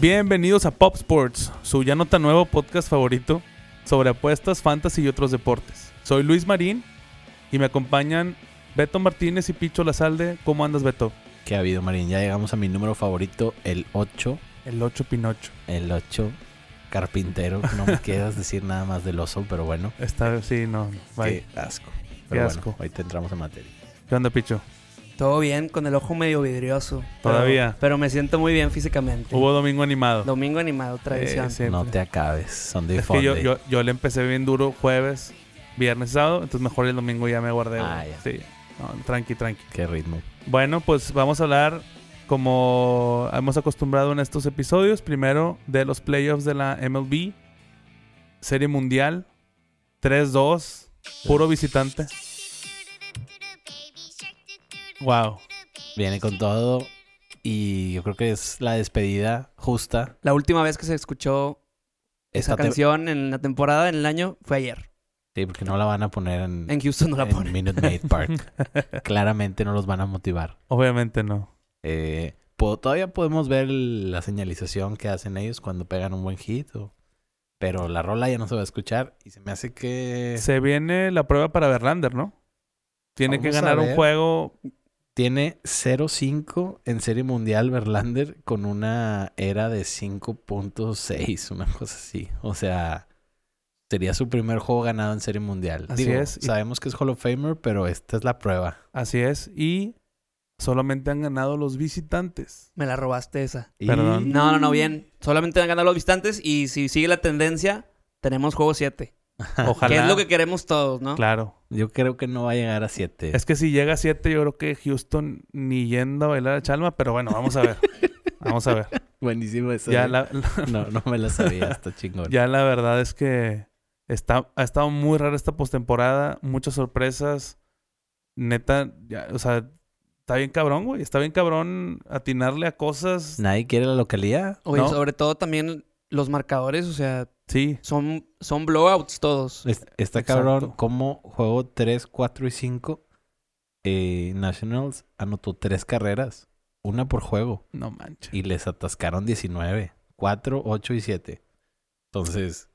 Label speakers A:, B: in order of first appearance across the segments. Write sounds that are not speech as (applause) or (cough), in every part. A: Bienvenidos a Pop Sports, su ya no tan nuevo podcast favorito sobre apuestas, fantasy y otros deportes. Soy Luis Marín y me acompañan Beto Martínez y Picho Lazalde. ¿Cómo andas, Beto?
B: ¿Qué ha habido, Marín? Ya llegamos a mi número favorito, el 8.
A: El 8 Pinocho.
B: El 8 carpintero.
A: (laughs)
B: No me quieras decir nada más del oso, pero bueno.
A: Está, sí, no. Bye.
B: Qué asco. Pero
A: Qué asco.
B: Bueno, hoy te entramos en materia.
A: ¿Qué onda, Picho?
C: Todo bien, con el ojo medio vidrioso. pero-
A: Todavía.
C: Pero, me siento muy bien físicamente.
A: Hubo domingo animado.
C: Domingo animado, tradición.
A: Eh, siempre.
B: No te acabes. Son de
A: Es que yo,
B: fondo.
A: yo, yo le empecé bien duro jueves, viernes, sábado, entonces mejor el domingo ya me guardé.
B: Ah,
A: güey.
B: ya.
A: Sí. No, tranqui, tranqui.
B: Qué ritmo.
A: Bueno, pues vamos a hablar como hemos acostumbrado en estos episodios, primero de los playoffs de la MLB, Serie Mundial, 3-2, puro visitante. Wow.
B: Viene con todo. Y yo creo que es la despedida justa.
C: La última vez que se escuchó esa
B: Esta te-
C: canción en la temporada, en el año, fue ayer.
B: Sí, porque no la van a poner en,
C: En Houston no la
B: en
C: ponen.
B: Minute Maid
A: (laughs)
B: Park. Claramente no los van a motivar.
A: Obviamente no.
B: Eh, po- todavía podemos ver el- la señalización que hacen ellos cuando pegan un buen hit. o- pero la rola ya no se va a escuchar. Y se me hace que
A: Se viene la prueba para Verlander, ¿no? Tiene que
B: Vamos a
A: ganar un
B: ver.
A: juego
B: tiene 0.5 en Serie Mundial Verlander con una era de 5.6, una cosa así. O sea, sería su primer juego ganado en Serie Mundial.
A: Así es, y-
B: Sabemos que es Hall of Famer, pero esta es la prueba.
A: Así es, y solamente han ganado los
C: (laughs)
A: visitantes.
C: Me la robaste esa.
B: Y-
A: Perdón.
C: No, no, no, bien. Solamente han ganado los visitantes y si sigue la tendencia, tenemos juego 7.
A: Ojalá.
C: Que es lo que queremos todos, ¿no?
A: Claro.
B: Yo creo que no va a llegar a 7.
A: Es que si llega a 7, yo creo que Houston ni yendo a bailar a Chalma, pero bueno, vamos
B: (laughs)
A: a ver. Vamos a ver.
B: Buenísimo eso.
A: Ya
B: ¿eh?
A: la, la-
B: (laughs) No, no me la
A: (laughs)
B: sabía. Está chingón.
A: ya la verdad es que está, ha estado muy rara esta postemporada, muchas sorpresas. Neta, ya, o sea, está bien cabrón, güey. Está bien cabrón atinarle a cosas.
B: Nadie quiere la localidad.
C: Oye,
A: No.
C: sobre todo también los marcadores, o sea,
A: Sí,
C: son, son blowouts todos.
B: Es- está
A: Exacto.
B: cabrón como juego 3, 4 y 5. eh, Nationals anotó tres carreras, una por juego,
A: no manches.
B: y les atascaron 19, 4, 8 y 7. Entonces,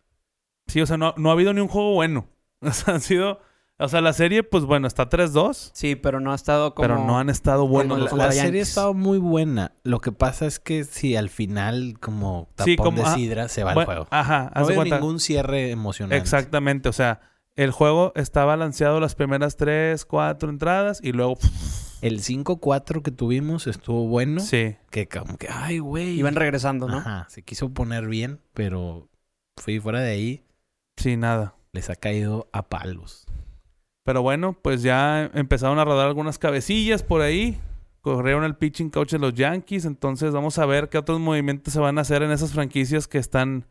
A: Sí, o sea, no, no ha habido ni un juego bueno. (laughs) O sea, han sido. O sea, la serie, pues bueno, está 3-2,
C: Sí, pero no ha estado como...
A: pero no han estado buenos
C: como
A: los
B: la,
C: la-
A: juegos.
C: la
B: serie ha
C: Yankees.
B: estado muy buena. Lo que pasa es que si al final, como tapón
A: Sí, como-
B: de
A: ah,
B: sidra, se va
A: Bueno,
B: el juego.
A: Ajá, haz
B: No
A: de
B: veo
A: cuenta.
B: ningún cierre emocionante.
A: Exactamente, o sea, el juego está balanceado las primeras 3, 4 entradas y luego. pf,
B: El 5-4 que tuvimos estuvo bueno.
A: Sí.
B: Que como que, ay, güey.
C: Iban regresando, ¿no?
B: Ajá, se quiso poner bien, pero fui fuera de ahí,
A: Sí, nada.
B: les ha caído a palos.
A: Pero bueno, pues ya empezaron a rodar algunas cabecillas por ahí. Corrieron el pitching coach de los Yankees. Entonces vamos a ver qué otros movimientos se van a hacer en esas franquicias que están.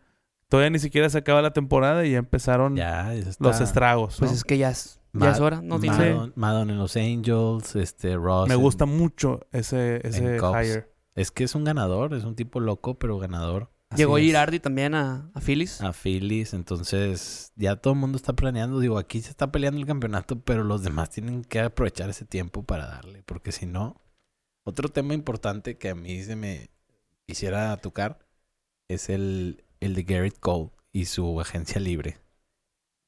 A: Todavía ni siquiera se acaba la temporada y ya empezaron
B: Ya, eso está-
A: Mm. los estragos.
C: Pues
A: ¿no?
C: es que ya es,
B: Ma-
C: ya es hora, ¿no?
A: tiene-
B: Madon, Madon en los Angels, este, Ross.
A: Me
B: en-
A: gusta mucho ese, ese
B: en Cubs.
A: hire.
B: Es que es un ganador, es un tipo loco, pero ganador.
A: Así
C: Llegó
A: es.
C: Girardi también a, a Phillies.
B: A Phillies, entonces ya todo el mundo está planeando. Digo, aquí se está peleando el campeonato, pero los demás tienen que aprovechar ese tiempo para darle, porque si no. Otro tema importante que a mí se me quisiera tocar es el, el de Garrett Cole y su agencia libre.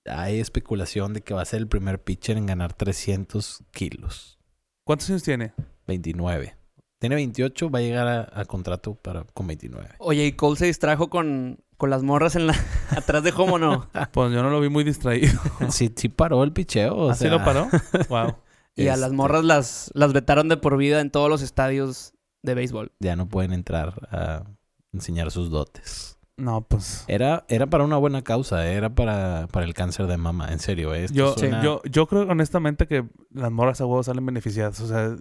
B: Hay especulación de que va a ser el primer pitcher en ganar 300 kilos.
A: ¿Cuántos años tiene?
B: 29. Tiene 28, va a llegar a, a contrato para,
A: (laughs)
B: con 29.
C: Oye, y Cole se distrajo con, con las morras en la, (laughs) atrás de Homo, ¿no?
A: Pues yo no lo vi muy distraído.
B: Sí, sí paró el picheo. Ah. (laughs) o
A: ¿Así
B: sea,
A: lo
B: (laughs)
A: paró? Wow.
C: Y a las
B: este,
C: morras las, las vetaron de por vida en todos los estadios de béisbol.
B: ya no pueden entrar a enseñar sus dotes.
A: No, pues.
B: Era, era para una buena causa, eh, era para, para el cáncer de mama, en serio. eh, Esto
A: Yo,
B: suena-
A: yo, yo creo honestamente que las morras a huevo salen beneficiadas. O sea,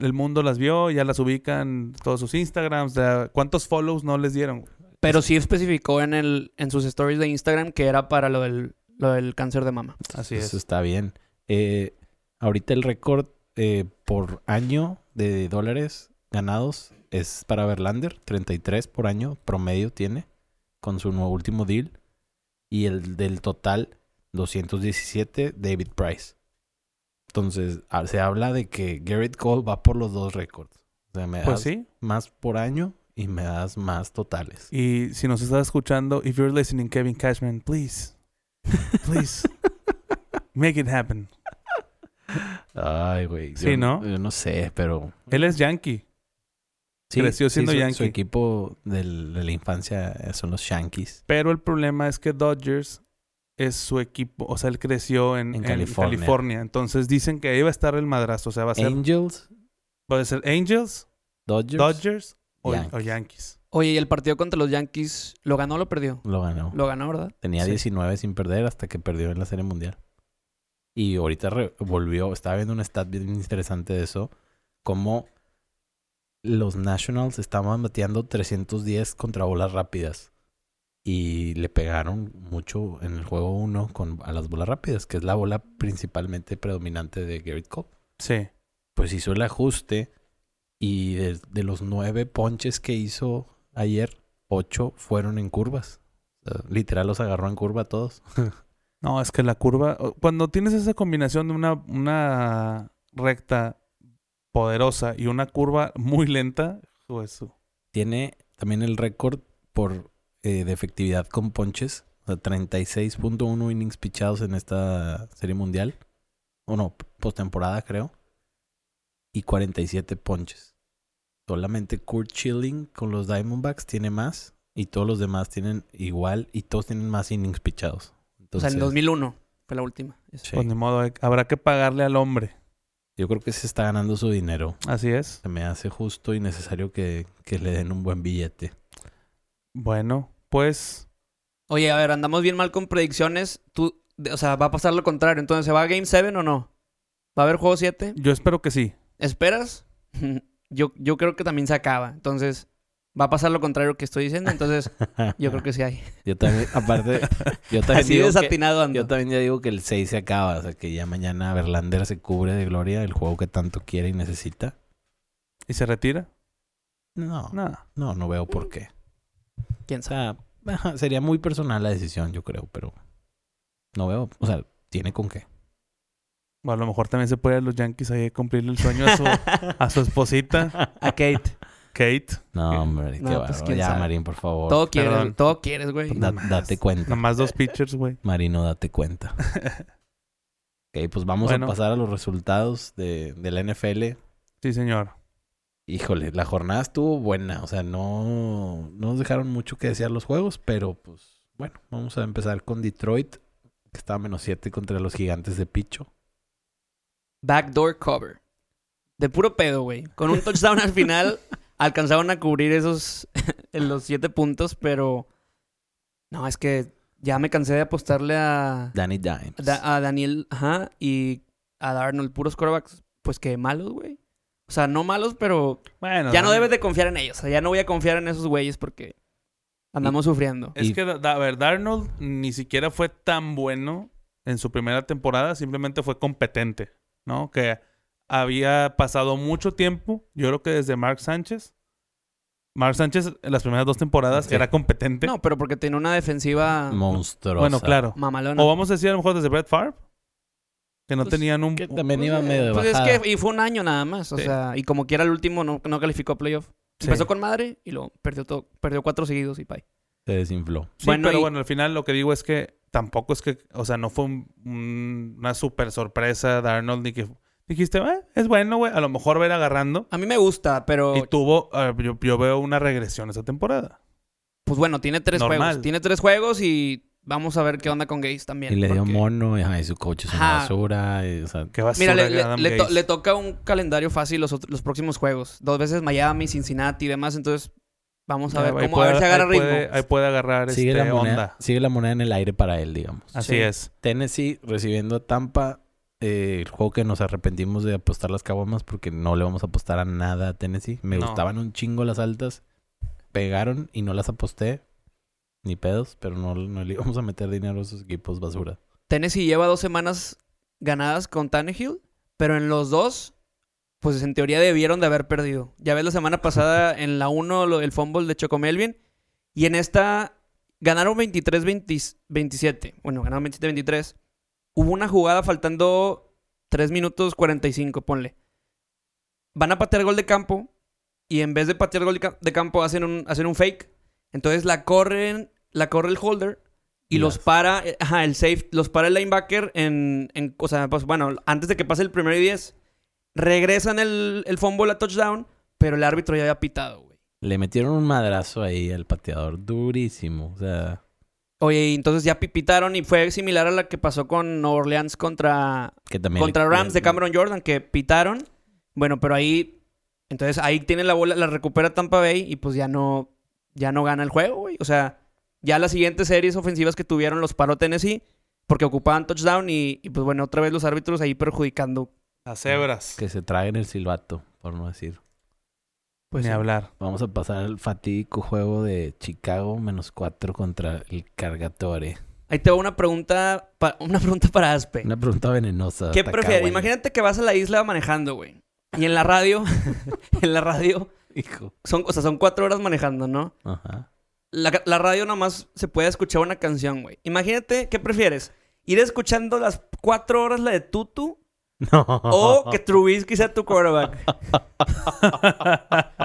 A: el mundo las vio, ya las ubican todos sus Instagrams. o sea, ¿Cuántos follows no les dieron?
C: Pero sí especificó en el en sus stories de Instagram que era para lo del, lo del cáncer de mama.
A: Así
B: eso
A: es.
B: está bien. Eh, ahorita el récord eh, por año de dólares ganados es para Verlander, 33 por año promedio tiene con su nuevo último deal. Y el del total, 217, David Price. Entonces, ah, se habla de que Garrett Cole va por los dos récords. O sea, me
A: Pues
B: das
A: sí.
B: más por año y me das
A: (laughs)
B: más totales.
A: Y si nos estás escuchando, if you're listening, Kevin Cashman, please, please,
B: (laughs)
A: make it happen.
B: Ay, güey.
A: Sí,
B: yo-
A: ¿no?
B: Yo no sé, pero...
A: Él es yankee. Creció siendo
B: su- su,
A: yankee.
B: equipo del- de la infancia eh, son los Yankees.
A: Pero el problema es que Dodgers es su equipo. O sea, él creció en, en
B: En
A: California.
B: California.
A: Entonces dicen que ahí va a estar el madrazo. O sea, va a ser.
B: Angels,
A: Puede ser Angels,
B: Dodgers,
A: Dodgers o o Yankees.
B: Yankees.
C: Oye, ¿y el partido contra los Yankees lo ganó o lo perdió?
B: lo ganó.
C: Lo ganó, ¿verdad?
B: Tenía
A: Sí.
B: 19 sin perder hasta que perdió en la Serie Mundial. Y ahorita re- volvió. Estaba viendo un stat bien interesante de eso. Cómo los Nationals estaban bateando 310 contra bolas rápidas. Y le pegaron mucho en el juego 1 con, a las bolas rápidas, que es la bola principalmente predominante de Garrett Cole.
A: Sí.
B: Pues hizo el ajuste. Y de, de los nueve ponches que hizo ayer, ocho fueron en curvas. O sea, literal los agarró en curva a todos.
A: No, es que la curva. o- Cuando tienes esa combinación de una, una recta poderosa y una curva muy lenta, pues.
B: Tiene también el récord por eh, de efectividad con ponches. O sea, 36.1 innings pichados en esta serie mundial. O no, postemporada creo. Y 47 ponches. Solamente Kurt Schilling con los Diamondbacks tiene más. Y todos los demás tienen igual. Y todos tienen más innings pichados.
C: O sea,
B: Entonces,
C: en 2001 fue la última. Eso.
B: sí,
A: Pues ni modo, hay- habrá que pagarle al hombre.
B: yo creo que se está ganando su dinero.
A: Así es.
B: Se me hace justo y necesario que, que le den un buen billete.
A: Bueno, pues.
C: Oye, a ver, andamos bien mal con predicciones. Tú, de- o sea, va a pasar lo contrario. Entonces, ¿se va a Game 7 o no? ¿Va a haber juego 7?
A: Yo espero que sí.
C: ¿Esperas? (laughs) yo, yo creo que también se acaba. Entonces, va a pasar lo contrario que estoy diciendo. Entonces, yo creo que sí hay.
B: (laughs) Yo también,
C: (laughs)
B: aparte, yo también,
C: Así
B: digo que,
C: desatinado ando.
B: yo también ya digo que el 6 se acaba, o sea que ya mañana Verlander se cubre de gloria del juego que tanto quiere y necesita.
A: ¿Y se retira?
B: No, no,
A: Nada.
B: no, veo
C: Mm.
B: por qué.
C: ¿Quién
B: O
C: sabe?
B: sea, ajá, sería muy personal la decisión, yo creo, pero no veo, o sea, tiene con qué.
A: O a lo mejor también se puede ir a los Yankees ahí a cumplirle el sueño a
C: (laughs)
A: su,
B: (laughs)
A: a su esposita,
C: A Kate.
A: Kate.
B: No, hombre, qué
C: No, pues,
B: bárbaro.
C: quién
B: ya,
C: sabe.
B: Marín, por favor.
C: Todo quieres,
A: perdón.
C: güey, todo quieres, güey.
B: Da-
A: Nomás.
B: date cuenta.
A: Nomás dos pitchers, güey. (laughs)
B: Marino, date cuenta. Ok, pues vamos
A: Bueno.
B: a pasar a los resultados de, de la NFL.
A: Sí, señor.
B: Híjole, la jornada estuvo buena. O sea, no, no nos dejaron mucho que desear los juegos, pero pues bueno, vamos a empezar con Detroit, que estaba menos 7 contra los gigantes de Picho.
C: Backdoor cover. De puro pedo, güey. Con un touchdown al
B: (laughs)
C: final alcanzaron a cubrir esos (laughs) los siete puntos, pero no, es que ya me cansé de apostarle a,
B: Danny Dimes.
C: Da- a Daniel ajá, y a Darnold, puros quarterbacks, pues que malos, güey. O sea, no malos, pero
A: Bueno.
C: ya no
A: Dani-
C: debes de confiar en ellos. O sea, ya no voy a confiar en esos güeyes porque andamos sufriendo.
A: Es
B: Y-
A: que, da- da- a ver, Darnold ni siquiera fue tan bueno en su primera temporada, simplemente fue competente, ¿no? Que había pasado mucho tiempo, yo creo que desde Mark Sánchez. Mark Sánchez en las primeras dos temporadas
B: Sí.
A: era competente.
C: No, pero porque tiene una defensiva
B: Monstruosa.
A: bueno, claro.
C: mamalona.
A: O vamos a decir a lo mejor desde Brett Favre, que no
C: Pues,
A: tenían un...
B: Que también
C: Pues,
B: iba
C: eh,
B: medio de
C: pues es
B: bajada.
C: que y fue un año nada más. O
A: Sí.
C: sea, y como quiera el último no, no calificó a playoff.
A: Sí.
C: Empezó con madre y lo perdió todo, perdió cuatro seguidos y bye.
B: Se desinfló.
A: Sí,
C: Bueno,
A: pero
C: y-
A: bueno, al final lo que digo es que tampoco es que, o sea, no fue un- un- una super sorpresa de Arnold ni que dijiste, "Ah, es bueno, güey, a lo mejor va a ir agarrando.
C: A mí me gusta, pero
A: Y tuvo, eh, yo, yo veo una regresión esa temporada.
C: pues bueno, tiene tres
A: Normal.
C: juegos. Tiene tres juegos y vamos a ver qué onda con Gaze también.
B: Y le dio
C: porque-
B: mono, y, ay, su coach es una
C: Ajá.
B: basura. y, o sea,
A: Que va a ser
C: Mira, le, le- le to- le toca un calendario fácil los, otros- los próximos juegos. Dos veces Miami, Cincinnati y demás. Entonces, vamos a ver cómo a ver si agarra ritmo.
A: Puede, ahí puede agarrar
B: sigue,
A: este,
B: la moneda,
A: onda.
B: sigue la moneda en el aire para él, digamos.
A: Así
C: Sí.
A: es.
B: Tennessee recibiendo a Tampa. eh, el juego que nos arrepentimos de apostar las caguamas porque no le vamos a apostar a nada a Tennessee. Me
A: No.
B: gustaban un chingo las altas. Pegaron y no las aposté. Ni pedos, pero no, no le (laughs) íbamos a meter dinero a esos equipos basura.
C: Tennessee lleva dos semanas ganadas con Tannehill, pero en los dos, pues en teoría debieron de haber perdido. Ya ves la semana pasada en la 1 el fumble de Chocomelvin y en esta ganaron 23-27. Bueno, ganaron 27-23. Hubo una jugada faltando 3 minutos 45, ponle. Van a patear gol de campo y en vez de patear gol de ca- de campo hacen un, hacen un fake. Entonces la corren, la corre el holder y
B: Y
C: los
B: las-
C: para, eh, ajá, el safe, los para el linebacker en, en o sea, pues bueno, antes de que pase el primer y 10, regresan el, el fumble a touchdown, pero el árbitro ya había pitado, güey.
B: Le metieron un madrazo ahí al pateador durísimo. O sea,
C: Oye, y entonces ya pipitaron y fue similar a la que pasó con Nueva Orleans contra,
B: que también... le-
C: contra Rams de
B: le-
C: Cameron Jordan, que pitaron. Bueno, pero ahí. Entonces ahí tiene la bola, la recupera Tampa Bay y pues ya no. Ya no gana el juego, güey. O sea, ya las siguientes series ofensivas que tuvieron los paró Tennessee porque ocupaban touchdown y, y, pues bueno, otra vez los árbitros ahí perjudicando.
A: Las hebras.
B: Que se traguen el silbato, por no decir.
C: Pues,
A: Ni
C: sí.
A: hablar.
B: Vamos a pasar al fatídico juego de Chicago menos cuatro contra el Cargatore.
C: Ahí te va una pregunta, pa- (laughs) una pregunta para Aspe.
B: Una pregunta venenosa.
C: ¿Qué
B: está
C: prefieres?
B: kawaii.
C: Imagínate que vas a la isla manejando, güey. Y en la radio, (laughs) en la radio,
B: Hijo.
C: son, o sea, son cuatro horas manejando, ¿no?
B: Ajá.
C: La, la radio nomás se puede escuchar una canción, güey. Imagínate, ¿qué prefieres? ¿Ir escuchando las cuatro horas la de Tutu
B: (laughs) No.
C: (laughs) o que Trubisky sea tu (laughs) quarterback?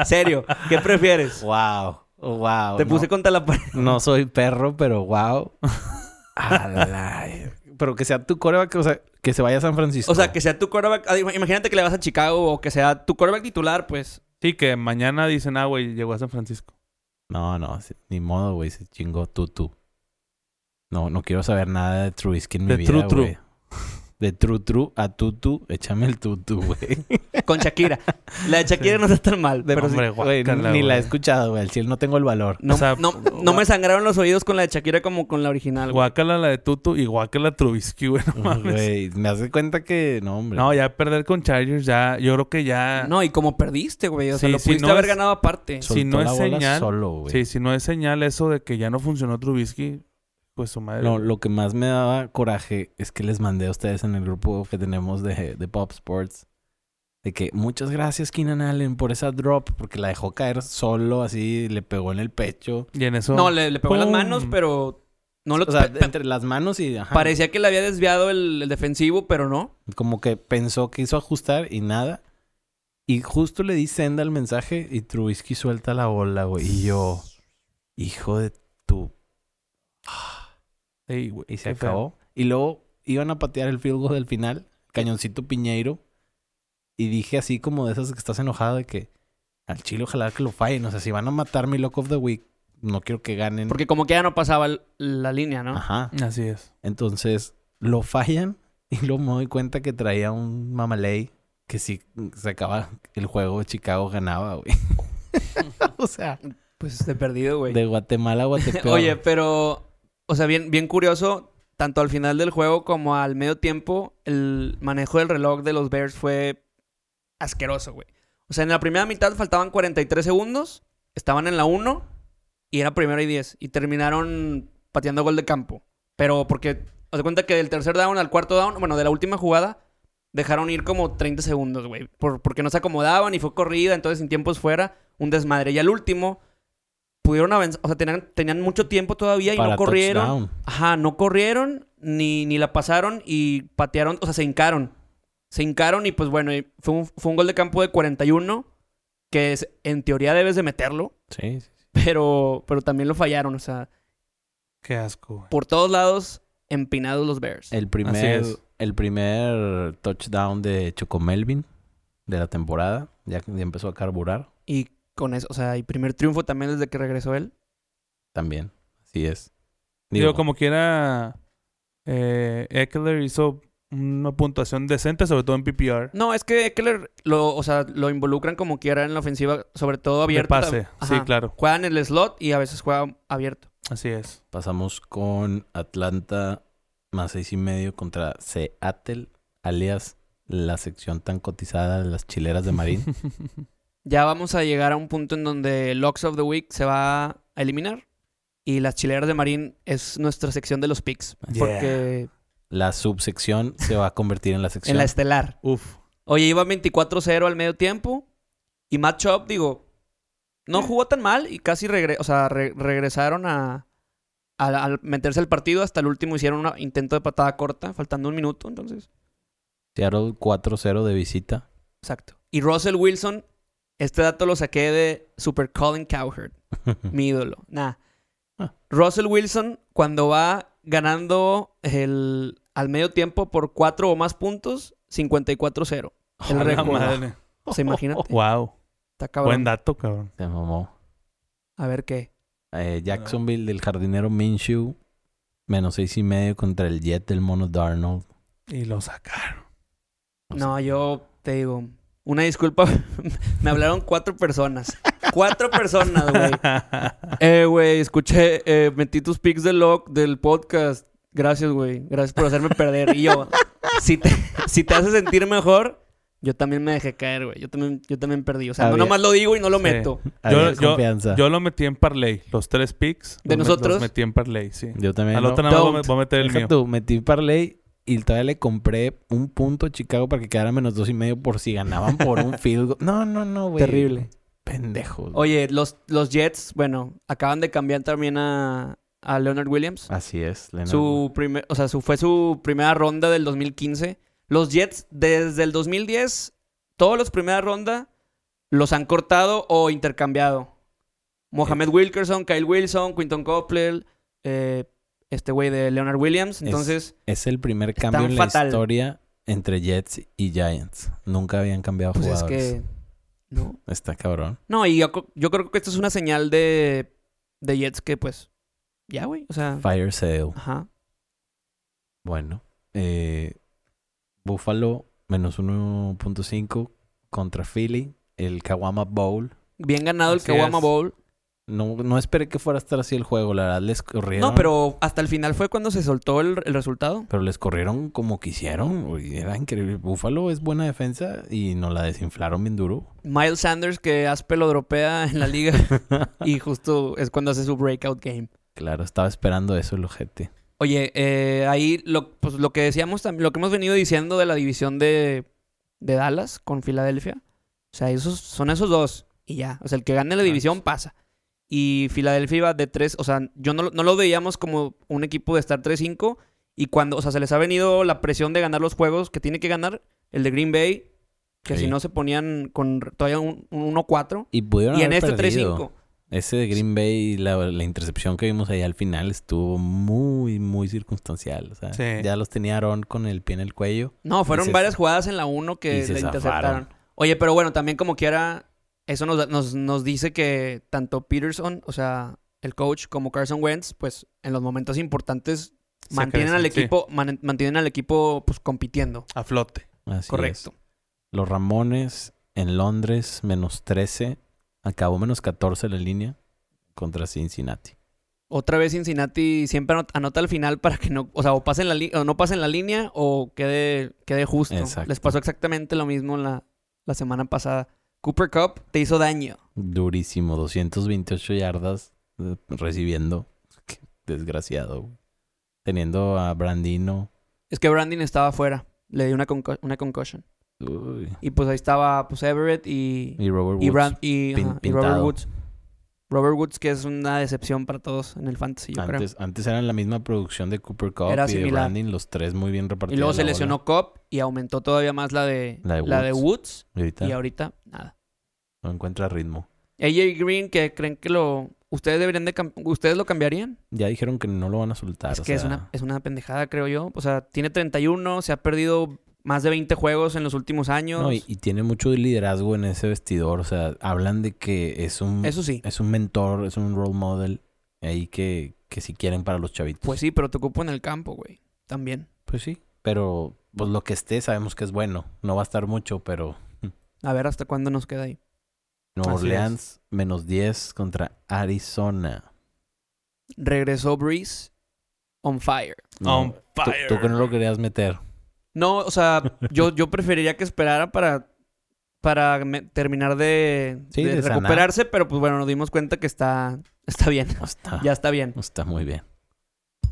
C: Serio, ¿qué prefieres?
B: Wow. Wow.
C: Te
B: no.
C: puse contra la pared.
B: No soy perro,
A: (laughs)
B: pero wow. Alay. pero que sea tu coreback, o sea, que se vaya a San Francisco.
C: (laughs) O sea, que sea tu quarterback. ah, ima- Imagínate que le vas a Chicago o que sea tu quarterback titular, pues.
A: Sí, que mañana dicen, ah, güey, llegó a San Francisco.
B: No, no, sí, ni modo, güey. Se chingó Tutu. No, no quiero saber nada de Trubisky en mi
A: De
B: vida,
A: Tru Tru.
B: güey. De Tru Tru a Tutu, échame el Tutu, güey.
C: Con Shakira. La de Shakira no está tan mal.
B: De-
C: pero sí.
A: Hombre,
B: Güey,
A: (laughs) guácala,
B: Ni la he
A: güey.
B: escuchado, güey. Al chile no tengo el valor.
C: No,
A: o sea,
C: no- no me sangraron los oídos con la de Shakira como con la original, güey.
A: Guácala la de Tutu y guácala Trubisky, (laughs) güey. No mames.
B: Güey, me hace cuenta que no, hombre.
A: No, ya perder con Chargers, ya, yo creo que ya.
C: No, y como perdiste, güey. O sea,
A: Sí,
C: lo
A: sí,
C: pudiste
A: no
C: haber
A: es-
C: ganado aparte.
A: Sí. si no
B: Soltó
A: es
B: la bola
A: señal,
B: solo, güey.
A: sí, si no es señal eso de que ya no funcionó Trubisky, pues su madre.
B: No, lo que más me daba coraje es que les mandé a ustedes en el grupo que tenemos de, de Pop Sports. De que muchas gracias, Keenan Allen, por esa drop, porque la dejó caer solo, así, le pegó en el pecho.
A: Y en eso.
C: No, le, le pegó en las
A: ¡Pum!
C: manos, pero no lo
B: O sea,
C: pe- pe-
B: entre las manos y. ajá,
C: parecía que le había desviado el, el defensivo, pero no.
B: Como que pensó que hizo ajustar y nada. Y justo le di senda al mensaje y Trubisky suelta la bola, güey. Y yo, hijo de tu.
A: Ey, güey,
B: Y se
A: qué feo.
B: acabó. Y luego iban a patear el field goal del final, Cañoncito Piñeiro. Y dije así como de esas que estás enojado de que al chile ojalá que lo fallen. O sea, si van a matar mi Lock of the Week, no quiero que ganen.
C: Porque como que ya no pasaba el- la línea, ¿no?
B: Ajá.
A: Así es.
B: Entonces, lo fallan (laughs) y luego me doy cuenta que traía un mamaley que si se acaba el juego, Chicago ganaba, güey. (laughs) o sea,
C: Pues de perdido, güey.
B: de Guatemala a Guatepeor.
C: Oye, pero. O sea, bien, bien curioso. Tanto al final del juego como al medio tiempo, el manejo del reloj de los Bears fue asqueroso, güey. O sea, en la primera mitad faltaban 43 segundos, estaban en la 1 y era primero y 10. Y terminaron pateando gol de campo. Pero porque, haz de cuenta que del tercer down al cuarto down, bueno, de la última jugada, dejaron ir como 30 segundos, güey. Por- porque no se acomodaban y fue corrida, entonces sin tiempos fuera, un desmadre. Y al último, pudieron avanzar, o sea, tenían, tenían mucho tiempo todavía y
B: para
C: no corrieron.
B: touchdown.
C: Ajá, no corrieron, ni, ni la pasaron y patearon, o sea, se hincaron. Se hincaron y pues bueno, y fue un, fue un gol de campo de 41, que es- en teoría debes de meterlo,
B: Sí, sí.
C: pero, pero también lo fallaron, o sea,
A: Qué asco, güey.
C: por todos lados empinados los Bears.
B: El primer,
A: es.
B: el primer touchdown de Chocomelvin de la temporada. Ya, que- ya empezó a carburar
C: Y con eso, o sea, y primer triunfo también desde que regresó él.
B: también. Así es.
A: Digo, como quiera, eh, Eckler hizo una puntuación decente, sobre todo en PPR.
C: No, es que Eckler lo, o sea, lo involucran como quiera en la ofensiva, sobre todo
A: De
C: abierto.
A: pase.
C: tam-
A: Sí,
C: Ajá.
A: claro.
C: Juega en el slot y a veces juega abierto.
A: Así es.
B: Pasamos con Atlanta más seis y medio contra Seattle, alias la sección tan cotizada de las chileras
A: (laughs)
B: de Marín.
C: Ya vamos a llegar a un punto en donde Locks of the Week se va a eliminar y las chileras de Marín es nuestra sección de los picks.
A: Yeah.
C: Porque
B: la subsección se va a convertir en la sección.
C: en la estelar.
A: Uf.
C: Oye, iba 24-0 al medio tiempo. Y Matt Schaub, digo, no
A: Mm.
C: jugó tan mal y casi regre- o sea, re- regresaron a, a- a meterse al partido. Hasta el último hicieron un intento de patada corta, faltando un minuto, entonces.
A: (laughs)
B: Seattle 4-0 de visita.
C: Exacto. Y Russell Wilson Este dato lo saqué de Super Colin Cowherd,
B: (laughs)
C: mi ídolo. Nah.
A: Ah.
C: Russell Wilson, cuando va ganando el, al medio tiempo por cuatro o más puntos, 54-0. El
A: A la
C: récord.
A: madre.
C: O
A: (laughs)
C: sea, imagínate.
A: Wow.
C: Está cabrón.
A: Buen dato, cabrón.
B: Se mamó.
C: A ver qué.
B: Eh, Jacksonville del jardinero Minshew. Menos seis y medio contra el Jet del mono Darnold.
A: Y lo sacaron.
B: O
C: No,
B: sea,
C: yo te digo, una disculpa. (laughs) Me hablaron cuatro personas. Cuatro personas, güey. Eh, güey, escuché, eh, metí tus pics del log del podcast. Gracias, güey. Gracias por hacerme perder. Y yo, si te, si te hace sentir mejor, yo también me dejé caer, güey. Yo también, yo también perdí. O sea, no
B: Había-
C: nomás lo digo y no lo
A: Sí.
C: meto.
B: había
A: yo- yo-
B: confianza.
A: (laughs) Yo lo metí en parlay. Los tres picks.
C: ¿De
A: los me-
C: nosotros?
A: Los metí en parlay, sí.
B: Yo también.
A: Al
B: no.
A: otro nada más voy a
C: Don't.
A: voy a meter el
B: Deja
A: mío.
B: tú, metí parlay y todavía le compré un punto a Chicago para que quedara menos dos y medio por si ganaban por
C: (laughs)
B: un field goal. No, no, no, güey.
C: Terrible.
B: Pendejos.
C: Oye, los, los Jets, bueno, acaban de cambiar también a, a Leonard Williams.
B: Así es, Leonard.
C: Su primer, o sea, su, fue su primera ronda del 2015. Los Jets, desde el 2010, todos los primera ronda los han cortado o intercambiado. Mohamed Wilkerson, Kyle Wilson, Quinton Coplel, eh, este güey de Leonard Williams. Entonces,
B: Es el primer
C: Están
B: cambio en la
C: fatal.
B: historia entre Jets y Giants. Nunca habían cambiado
C: pues es
B: jugadores.
C: que. No,
B: Está cabrón.
C: no y yo, co- yo creo que esto es una señal de, de Jets que, pues, ya, güey. O sea,
B: Fire sale.
C: ajá.
B: Bueno. Eh, Buffalo menos 1.5 contra Philly. El Kawama Bowl.
C: Bien ganado
A: Así
C: el Kawama
A: es.
C: Bowl.
B: No, no esperé que fuera a estar así el juego. La verdad, les corrieron.
C: No, pero hasta el final fue cuando se soltó el- el resultado.
B: Pero les corrieron como quisieron. güey. Era increíble. Búfalo es buena defensa y nos la desinflaron bien duro.
C: Miles Sanders que Aspe lo dropea en la liga y justo es cuando hace su breakout game.
B: claro, estaba esperando eso el ojete.
C: Oye, eh, ahí lo, pues, lo que decíamos también, lo que hemos venido diciendo de la división de, de Dallas con Filadelfia. O sea, esos son esos dos y ya. O sea, el que gane la división pasa. Y Filadelfia iba de tres, o sea, yo no, lo- no lo veíamos como un equipo de estar 3-5 y cuando, o sea, se les ha venido la presión de ganar los juegos que tiene que ganar el de Green Bay, que
B: Sí.
C: si no se ponían con todavía un, un 1-4.
B: Y pudieron
C: Y en
B: haber
C: este
B: perdido.
C: 3-5.
B: Ese de Green Bay, la, la intercepción que vimos ahí al final estuvo muy, muy circunstancial. O sea,
A: Sí.
B: ya los tenía Aarón con el pie en el cuello.
C: No, fueron
B: se-
C: varias jugadas en la 1
B: y
C: que
B: se
C: le
B: zafaron.
C: interceptaron. Oye, pero bueno, también como quiera, eso nos, da- nos, nos dice que tanto Peterson, o sea, el coach, como Carson Wentz, pues en los momentos importantes
A: Se
C: mantienen al
A: crecen, sí.
C: equipo, man- mantienen al equipo pues compitiendo.
A: A flote.
B: Así es.
C: Correcto.
B: Los Ramones en Londres, menos 13. Acabó menos 14 la línea contra Cincinnati.
C: Otra vez Cincinnati siempre anot- anota al final para que no, o sea, o pasen la li- o no pasen la línea o quede, quede justo.
B: Exacto.
C: Les pasó exactamente lo mismo la, la semana pasada. Cooper Cup te hizo daño.
B: Durísimo, 228 yardas eh, recibiendo. (laughs) Qué desgraciado. güey. Teniendo a Brandino.
C: Es que Brandon estaba afuera. Le dio una, conco- una concussion.
B: Uy.
C: Y pues ahí estaba pues Everett y,
B: Y Robert Woods.
C: y, Brand- y,
B: pin-
C: ajá, y Robert
B: pintado.
C: Woods. Robert Woods, que es una decepción para todos en el fantasy, yo creo.
B: antes, antes eran la misma producción de Cooper Cup
C: Era
B: y de
C: similar.
B: Brandin, los tres muy bien
C: Y
B: repartidos.
C: luego se
B: la bola.
C: lesionó Cobb y aumentó todavía más la de, la de Woods.
B: Y ahorita
C: y ahorita nada.
B: no encuentra ritmo.
C: AJ Green, que creen que lo. ¿Ustedes deberían de cam- ¿Ustedes lo cambiarían?
B: Ya dijeron que no lo van a soltar.
C: Es
B: o
C: que es
B: sea,
C: una, es una pendejada, creo yo. O sea, tiene 31, se ha perdido más de 20 juegos en los últimos años.
B: no, y, y tiene mucho liderazgo en ese vestidor. O sea, hablan de que es un,
C: Eso sí.
B: es un mentor, es un role model ahí que, que si quieren para los chavitos.
C: Pues sí, pero te ocupo en el campo, güey. También.
B: Pues sí. Pero pues lo que esté sabemos que es bueno. No va a estar mucho, pero
C: A ver hasta cuándo nos queda ahí.
B: Nueva
A: Así
B: Orleans menos 10 contra Arizona.
C: Regresó Breeze on fire.
A: On
B: tú-
A: fire.
B: Tú, que no lo querías meter.
C: No, o sea, yo, yo preferiría que esperara para, para me- terminar de,
B: Sí,
C: de
B: de sanar.
C: recuperarse, pero pues bueno, nos dimos cuenta que está, está bien. (laughs)
B: No está,
C: Ya está bien.
B: no está muy bien.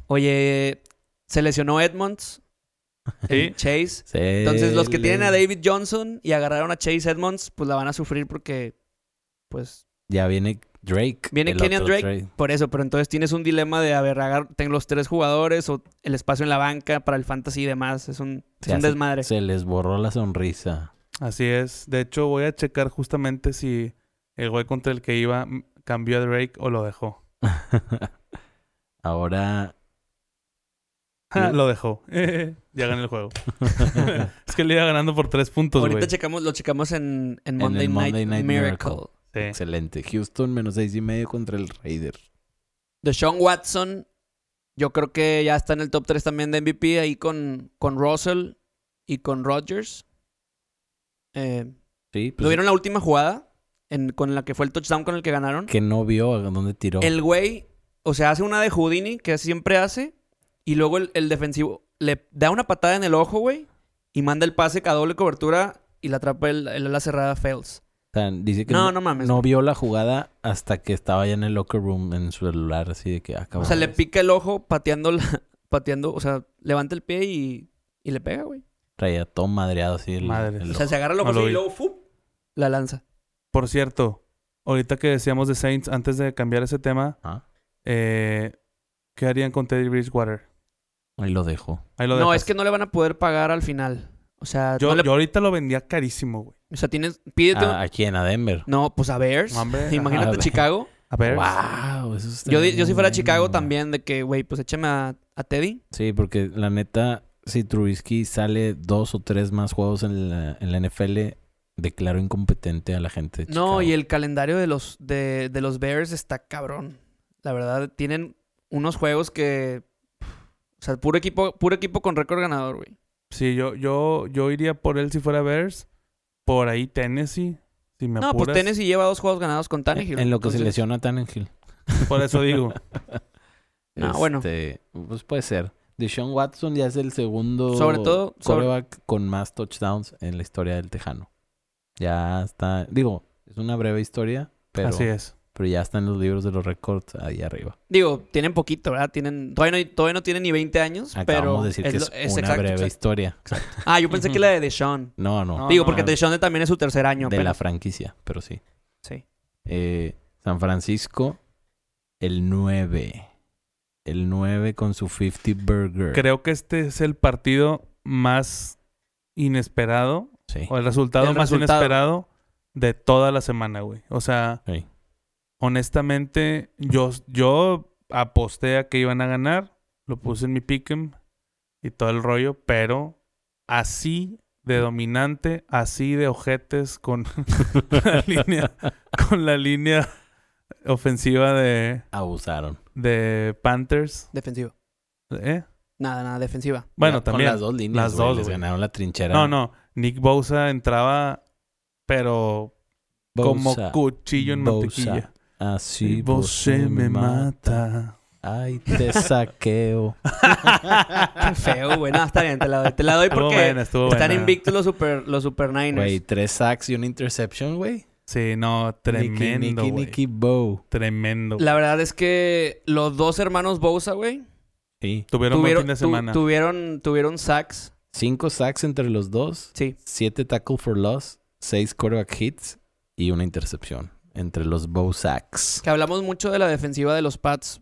C: Oye, se lesionó Edmonds,
A: Sí.
C: Chase.
B: Se
C: Entonces, los que
B: le-
C: tienen a David Johnson y agarraron a Chase Edmonds, pues la van a sufrir porque, pues,
B: Ya viene Drake.
C: Viene
B: el
C: Kenyan
B: otro
C: Drake. por eso. Pero entonces tienes un dilema de, a ver, agar- tengo los tres jugadores o el espacio en la banca para el fantasy y demás. Es un, es
B: Ya
C: un
B: se-
C: desmadre.
B: Se les borró la sonrisa. (laughs)
A: Así es. De hecho, voy a checar justamente si el güey contra el que iba mm, cambió a Drake o lo dejó.
B: Ahora,
A: Ja,
C: (laughs)
B: Mm.
A: lo dejó. (laughs) ya gané el juego. (laughs) es que le iba ganando por tres puntos,
C: Ahorita
A: güey.
C: checamos, lo checamos en, en
B: Pues, el
C: Monday, Night,
B: Monday Night
C: Miracle.
B: Miracle.
A: Sí.
B: excelente. Houston menos seis y medio contra el Raider.
C: De Sean Watson, yo creo que ya está en el top 3 también de MVP, ahí con, con Russell y con Rodgers. Eh,
B: Sí,
C: ¿Lo
B: pues,
C: vieron la última jugada? En- con la que fue el touchdown con el que ganaron.
B: que no vio a dónde tiró.
C: El güey, o sea, hace una de Houdini, que siempre hace, y luego el, el defensivo le da una patada en el ojo, güey, y manda el pase a doble cobertura y la atrapa el, el ala cerrada Fails.
B: O sea, dice que
C: No,
B: no,
C: no mames.
B: no vio la jugada hasta que estaba ya en el locker room en su celular, así de que ah, pues, acabó.
C: o sea, le pica el ojo pateando, la- (laughs) pateando, o sea, levanta el pie y, y le pega, güey.
B: Traía todo madreado así el,
A: Madre.
B: el
C: O
B: ojo.
C: sea, se agarra el
A: No
C: ojo
A: lo
C: así y
A: vi.
C: luego ¡fup! la lanza.
A: Por cierto, ahorita que decíamos de Saints, antes de cambiar ese tema,
B: Ah.
A: eh, ¿qué harían con Teddy Bridgewater?
B: Ahí lo dejó.
A: Ahí lo
C: No,
A: dejas.
C: es que no le van a poder pagar al final. O sea,
A: yo,
C: no le-
A: yo Ah. ahorita lo vendía carísimo, güey.
C: o sea tienes, pídete. un-
B: ¿A, a quién? ¿A Ah, Denver?
C: No, pues a Bears.
A: Hombre, ajá.
C: (laughs) Imagínate
B: A ver.
C: Chicago.
A: A ver.
B: ¡Wow! Eso está
C: Yo, di- yo si
A: (laughs)
C: fuera
B: bueno.
C: Chicago también, de que, güey, pues échame a, a Teddy.
B: Sí, porque la neta, si Trubisky sale dos o tres más juegos en la, en la NFL, declaro incompetente a la gente. de
C: No, y
B: Chicago.
C: el calendario de los, de, de los Bears está cabrón. La verdad, tienen unos juegos que. O sea, puro equipo, puro equipo con récord ganador, güey.
A: Sí, yo, yo, yo iría por él si fuera Bears. Por ahí Tennessee, si me
C: No,
A: apuras.
C: pues Tennessee lleva dos juegos ganados con Tannehill.
B: En, en lo que se
C: entonces-
B: lesiona a Tannehill.
A: Por eso
C: (laughs)
A: digo.
C: No, bueno.
B: Pues puede ser. Deshaun Watson ya es el segundo
C: Sobre todo, sobre-
B: quarterback con más touchdowns en la historia del Tejano. Ya está. Digo, es una breve historia, pero,
A: Así es.
B: pero ya está en los libros de los récords ahí arriba.
C: Digo, tienen poquito, ¿verdad? Tienen, todavía, no, hay- todavía no tienen ni 20 años,
B: Acabamos
C: pero.
B: de decir que
C: lo-
B: es, una
C: exacto,
B: breve
C: exacto.
B: historia.
C: Ah, yo pensé que la de Deshaun.
B: No, no.
A: No,
C: Digo, porque
A: no.
C: Deshaun también es su tercer año.
B: de la
C: apenas.
B: franquicia, pero sí.
C: Sí.
B: Eh, San Francisco, el 9. El 9 con su 50 Burger.
A: Creo que este es el partido más inesperado
B: Sí.
A: o el resultado
C: El
A: más
C: resultado.
A: inesperado de toda la semana, güey. O sea,
B: Sí.
A: honestamente, yo, yo aposté a que iban a ganar, lo puse en mi pick'em y todo el rollo, pero así de dominante, así de ojetes con (laughs) la línea, con la línea ofensiva de,
B: Abusaron.
A: de Panthers.
C: Defensiva.
A: ¿eh?
C: Nada,
B: (laughs)
C: nada, defensiva.
A: Bueno,
B: Con
A: también.
B: las dos líneas.
A: Las
B: güey,
A: dos,
B: Les
A: güey.
B: ganaron la trinchera.
A: No, no. Nick Bosa entraba, pero como
B: Bosa,
A: cuchillo en
B: Bosa.
A: mantequilla.
B: Así
A: vos se me
B: mata.
A: mata. (laughs)
B: Ay, te saqueo.
C: Qué feo, güey. No, está bien, te la doy. Te la doy
A: Estuvo
C: porque
A: buena, estuvo
C: están
A: buena.
C: invictos los Super, los super Niners.
B: Güey, tres sacks y una interception, güey.
A: Sí, no,
B: Nicky,
A: tremendo,
B: Nicky,
A: güey.
B: Nicky Bow.
A: Tremendo.
C: La verdad es que los dos hermanos Bosa, güey,
B: Sí.
A: Tuvieron buen
C: tuvieron,
A: fin de
C: tu-
A: semana.
C: tuvieron, tuvieron sacks.
B: Cinco sacks entre los dos.
C: Sí.
B: 7 tackle for loss, 6 quarterback hits y una intercepción entre los Bow sacks.
C: Que hablamos mucho de la defensiva de los Pats,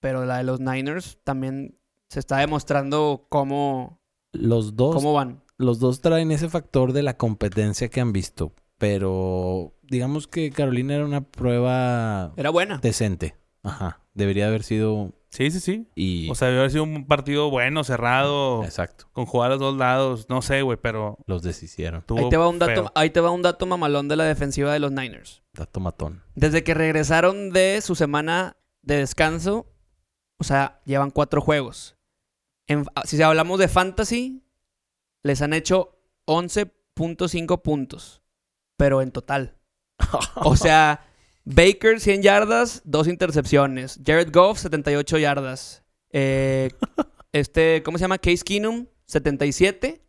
C: pero la de los Niners también se está demostrando cómo,
B: Los dos,
C: cómo van.
B: los dos traen ese factor de la competencia que han visto, pero digamos que Carolina era una prueba
C: Era buena.
B: decente. Ajá, debería haber sido
A: Sí, sí, sí.
B: y
A: O sea, debió haber sido un partido bueno, cerrado,
B: exacto,
A: con jugar a los dos lados. No sé, güey, pero
B: los deshicieron.
A: tuvo
C: Ahí te, va un dato,
A: feo.
C: ahí te va un dato mamalón de la defensiva de los Niners.
B: Dato matón.
C: Desde que regresaron de su semana de descanso, o sea, llevan cuatro juegos. En- si hablamos de fantasy, les han hecho 11.5 puntos, pero en total. O sea, Baker 100 yardas, dos intercepciones. Jared Goff 78 yardas. Eh, este, ¿cómo se llama? Case Keenum 77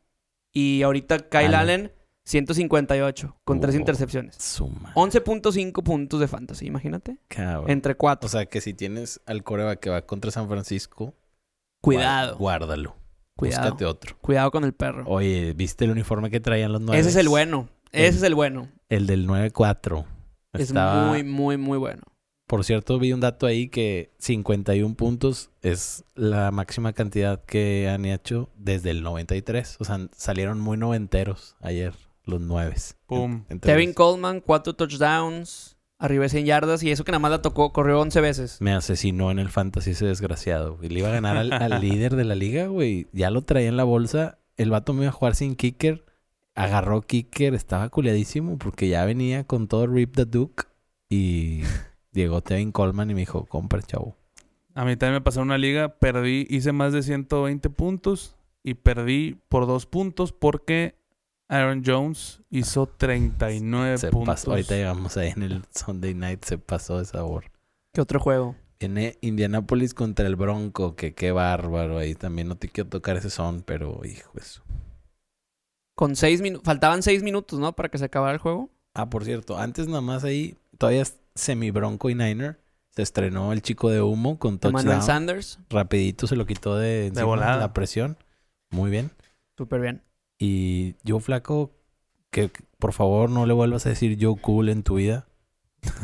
C: y ahorita
B: Allen.
C: Kyle Allen 158 con tres
B: Oh.
C: intercepciones.
B: Suma.
C: 11.5 puntos de fantasy, imagínate.
B: Cabrón.
C: Entre cuatro.
B: O sea, que si tienes al coreback que va contra San Francisco,
C: cuidado.
B: guá- Guárdalo.
C: cuidado.
B: Búscate otro.
C: Cuidado con el perro.
B: Oye, ¿viste el uniforme que traían los nueve?
C: Ese es el bueno. Ese
B: El-
C: es el bueno.
B: El del 9-4.
C: Es
B: Estaba-
C: muy, muy, muy bueno.
B: Por cierto, vi un dato ahí que 51 puntos es la máxima cantidad que han hecho desde el 93. O sea, salieron muy noventeros ayer los nueves.
A: Pum.
B: Entonces,
C: Tevin Coleman, cuatro touchdowns, arriba de 100 yardas. Y eso que nada más la tocó, corrió 11 veces.
B: me asesinó en el fantasy ese desgraciado. güey. Le iba a ganar al, al líder de la liga, güey. Ya lo traía en la bolsa. El vato me iba a jugar sin kicker. Agarró kicker. Estaba culiadísimo porque ya venía con todo Rip the Duke. Y llegó Tevin Coleman y me dijo, compra, chavo.
A: A mí también me pasó una liga, perdí, hice más de 120 puntos y perdí por dos puntos porque Aaron Jones hizo 39
B: Se
A: puntos.
B: pasó. Ahorita llegamos ahí en el Sunday Night. Se pasó de sabor.
C: ¿Qué otro juego?
B: Viene Indianapolis contra el Bronco. Que qué bárbaro. Ahí también no te quiero tocar ese son, pero hijo eso.
C: Con seis minutos. Faltaban seis minutos, ¿no? Para que se acabara el juego.
B: Ah, por cierto, antes nada más ahí, todavía es semi-bronco y Niner. Se estrenó el chico de humo con
C: Manuel
B: touchdown.
C: Sanders.
B: Rapidito se lo quitó de, encima
A: volada.
B: la presión. Muy bien.
C: Súper bien.
B: Y yo, flaco, que por favor no le vuelvas a decir Joe Cool en tu
C: (laughs)
B: vida.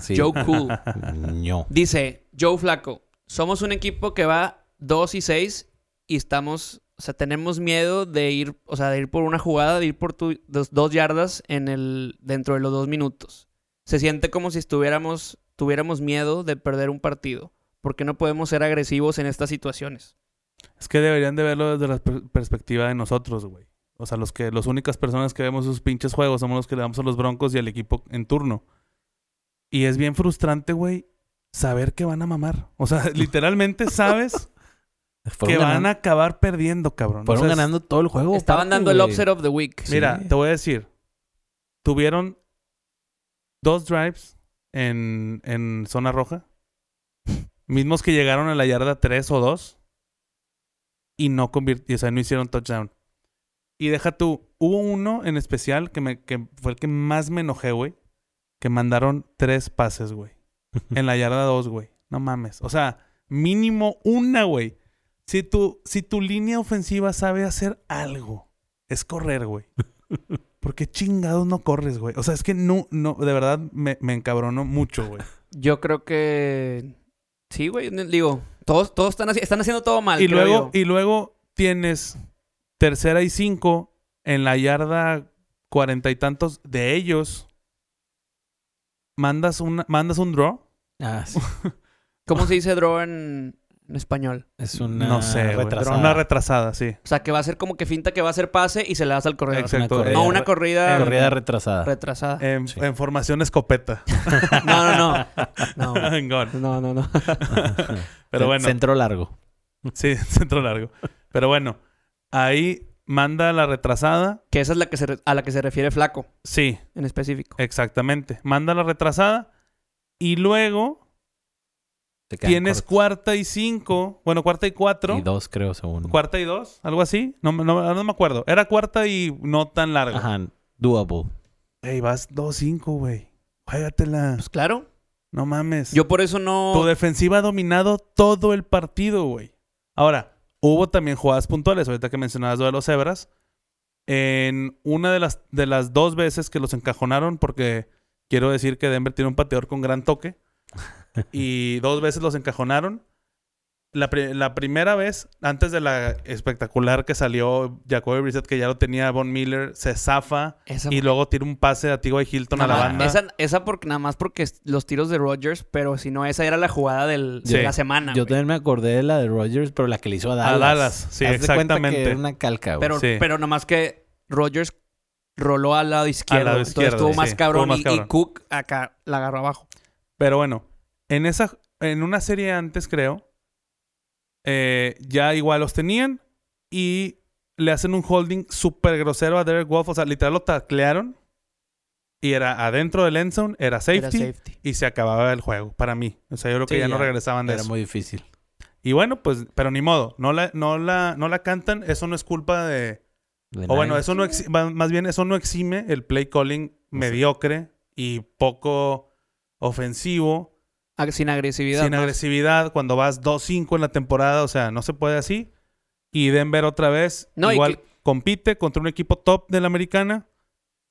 B: Sí.
C: Joe
B: (laughs)
C: Cool.
A: (laughs)
B: No.
C: Dice Joe Flaco, somos un equipo que va 2 y 6 y estamos, o sea, tenemos miedo de ir, o sea, de ir por una jugada, de ir por tu- dos, dos yardas en el, dentro de los dos minutos. Se siente como si estuviéramos, tuviéramos miedo de perder un partido. porque no podemos ser agresivos en estas situaciones?
A: Es que deberían de verlo desde la per- perspectiva de nosotros, güey. O sea, los que, las únicas personas que vemos sus pinches juegos somos los que le damos a los broncos y al equipo en turno. Y es bien frustrante, güey, saber que van a mamar. O sea, (laughs) literalmente sabes que
B: Fueron
A: van
B: ganando,
A: a acabar perdiendo, cabrón. O
B: fueron
A: sea, es-
B: ganando todo el juego.
C: Estaban
B: aparte,
C: dando el
B: güey.
C: upset of the week.
B: Sí.
A: Mira, te voy a decir. Tuvieron dos drives en, en zona roja. (laughs) Mismos que llegaron a la yarda 3 o 2. Y no convirtieron, o sea, no hicieron touchdown. Y deja tú, hubo uno en especial que, me, que fue el que más me enojé, güey. Que mandaron tres pases, güey. En la yarda 2, güey. No mames. O sea, mínimo una, güey. Si tu, si tu línea ofensiva sabe hacer algo, es correr, güey. ¿Por qué chingados no corres, güey? O sea, es que no, no, de verdad me, me encabrono mucho,
C: (laughs)
A: güey.
C: Yo creo que... Sí, güey. Digo, todos, todos están, haci- están haciendo todo mal.
A: y
C: creo
A: luego,
C: yo.
A: y luego tienes tercera y cinco en la yarda cuarenta y tantos de ellos. Mandas un, mandas un draw.
B: Ah, sí.
C: ¿Cómo se dice draw en- en español?
A: (laughs)
B: Es una
A: no sé, güey.
B: retrasada.
A: Una retrasada, sí.
C: O sea, que va a ser como que finta que va a ser pase y se la das al corredor.
B: Exacto.
A: corrida.
C: No una corrida
A: Eh,
B: Corrida retrasada.
C: retrasada.
A: (laughs) En,
B: Sí.
A: en formación escopeta.
C: No, no, no.
A: (laughs)
C: No,
A: En gol.
C: no, no. no.
B: (laughs)
A: Pero bueno.
B: Centro largo.
A: Sí, (laughs) centro largo. Pero bueno, ahí manda la retrasada.
C: Que esa es la que se re- a la que se refiere Flaco,
A: Sí,
C: en específico.
A: exactamente. Manda la retrasada. Y luego
B: Se quedan
A: tienes
B: cortos.
A: cuarta y cinco. Bueno, cuarta y cuatro.
B: Y dos, creo, según.
A: Cuarta y dos, algo así. No, me- no- no me acuerdo. Era cuarta y no tan larga.
B: Ajá, doable.
A: Ey, vas 2-5, güey. Juégatela.
C: Pues claro.
A: No mames.
C: Yo por eso no...
A: Tu defensiva ha dominado todo el partido, güey. Ahora, hubo también jugadas puntuales. Ahorita que mencionabas lo de los hebras. En una de las, de las dos veces que los encajonaron, porque quiero decir que Denver tiene un pateador con gran toque. y dos veces los encajonaron. La, pri- la primera vez, antes de la espectacular que salió Jacoby Brissett, que ya lo tenía Von Miller, se zafa
C: Esa,
A: y luego tira un pase a T.Y. Hilton a
C: nada
A: la
C: más-
A: banda.
C: Esa, esa porque, nada más porque es- los tiros de Rodgers, pero si no, esa era la jugada del,
A: Sí.
C: de la semana.
B: Yo
C: güey.
B: también me acordé de la de Rogers, pero la que le hizo a Dallas.
A: A Dallas, sí,
B: Haz de cuenta que
A: exactamente.
B: era una calca, güey.
C: Pero,
A: sí.
C: pero nada más que Rodgers roló al lado izquierdo.
A: lado
C: entonces
A: izquierdo,
C: estuvo más
A: sí.
C: cabrón,
A: Estuvo más
C: y- Y,
A: cabrón.
C: Cook acá la agarró abajo.
A: Pero bueno, en esa, en una serie antes, creo, eh, ya igual los tenían y le hacen un holding súper grosero a Derek Wolf. O sea, literal lo taclearon y era adentro del end zone, era safety,
C: Era safety.
A: y se acababa el juego para mí. O sea, yo creo que
B: Sí,
A: ya, no
B: ya.
A: regresaban de
B: Era
A: eso.
B: muy difícil.
A: Y bueno, pues, pero ni modo, no la, no la, no la cantan, eso no es culpa de...
B: De
A: O bueno,
B: Niners.
A: eso no exi- va- más bien eso no exime el play calling mediocre y poco ofensivo.
C: Ah, Sin agresividad.
A: Sin
C: ¿no?
A: agresividad, cuando vas 2-5 en la temporada, o sea, no se puede así. Y Denver otra vez,
C: No, y
A: igual
C: que-
A: compite contra un equipo top de la americana,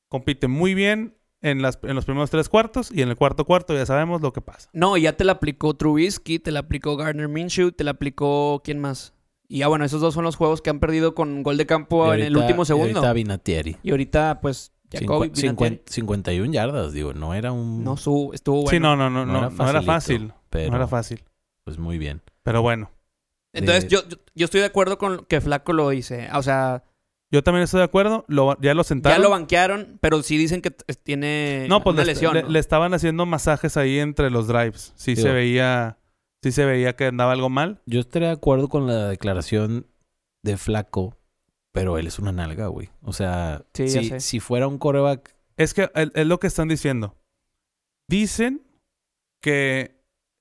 A: compite muy bien en, las, en los primeros tres cuartos y en el cuarto cuarto ya sabemos lo que pasa.
C: No, ya te la aplicó Trubisky, te la aplicó Gardner Minshew, te la aplicó quién más. Y ya bueno, esos dos son los juegos que han perdido con gol de campo
B: Y
C: en el
B: ahorita-
C: último
B: y Ahorita
C: segundo.
B: Vinatieri.
C: Y ahorita, pues, Jacoby
B: Cincu-
C: Vinatieri.
B: cincuen- 51 yardas, digo, no era un...
C: No su, estuvo bueno.
A: Sí, no, no, no,
B: no
A: no,
B: era
A: no era
B: facilito,
A: fácil.
B: pero,
A: No era fácil.
B: Pues muy bien.
A: Pero bueno,
C: Entonces,
B: De-
C: yo, yo, yo estoy de acuerdo con que Flaco lo dice. O sea,
A: yo también estoy de acuerdo. Lo- ya lo sentaron.
C: ya lo banquearon, pero sí dicen que t- tiene
A: no, pues
C: una
A: le,
C: lesión.
A: le-
C: ¿no?
A: le estaban haciendo masajes ahí entre los drives. Sí
B: Digo.
A: se veía, sí se veía que andaba algo mal.
B: Yo estaría de acuerdo con la declaración de Flaco, pero él es una nalga, güey. O sea,
C: Sí, ya
B: si,
C: sé.
B: si fuera un coreback,
A: Es que el- es lo que están diciendo. Dicen que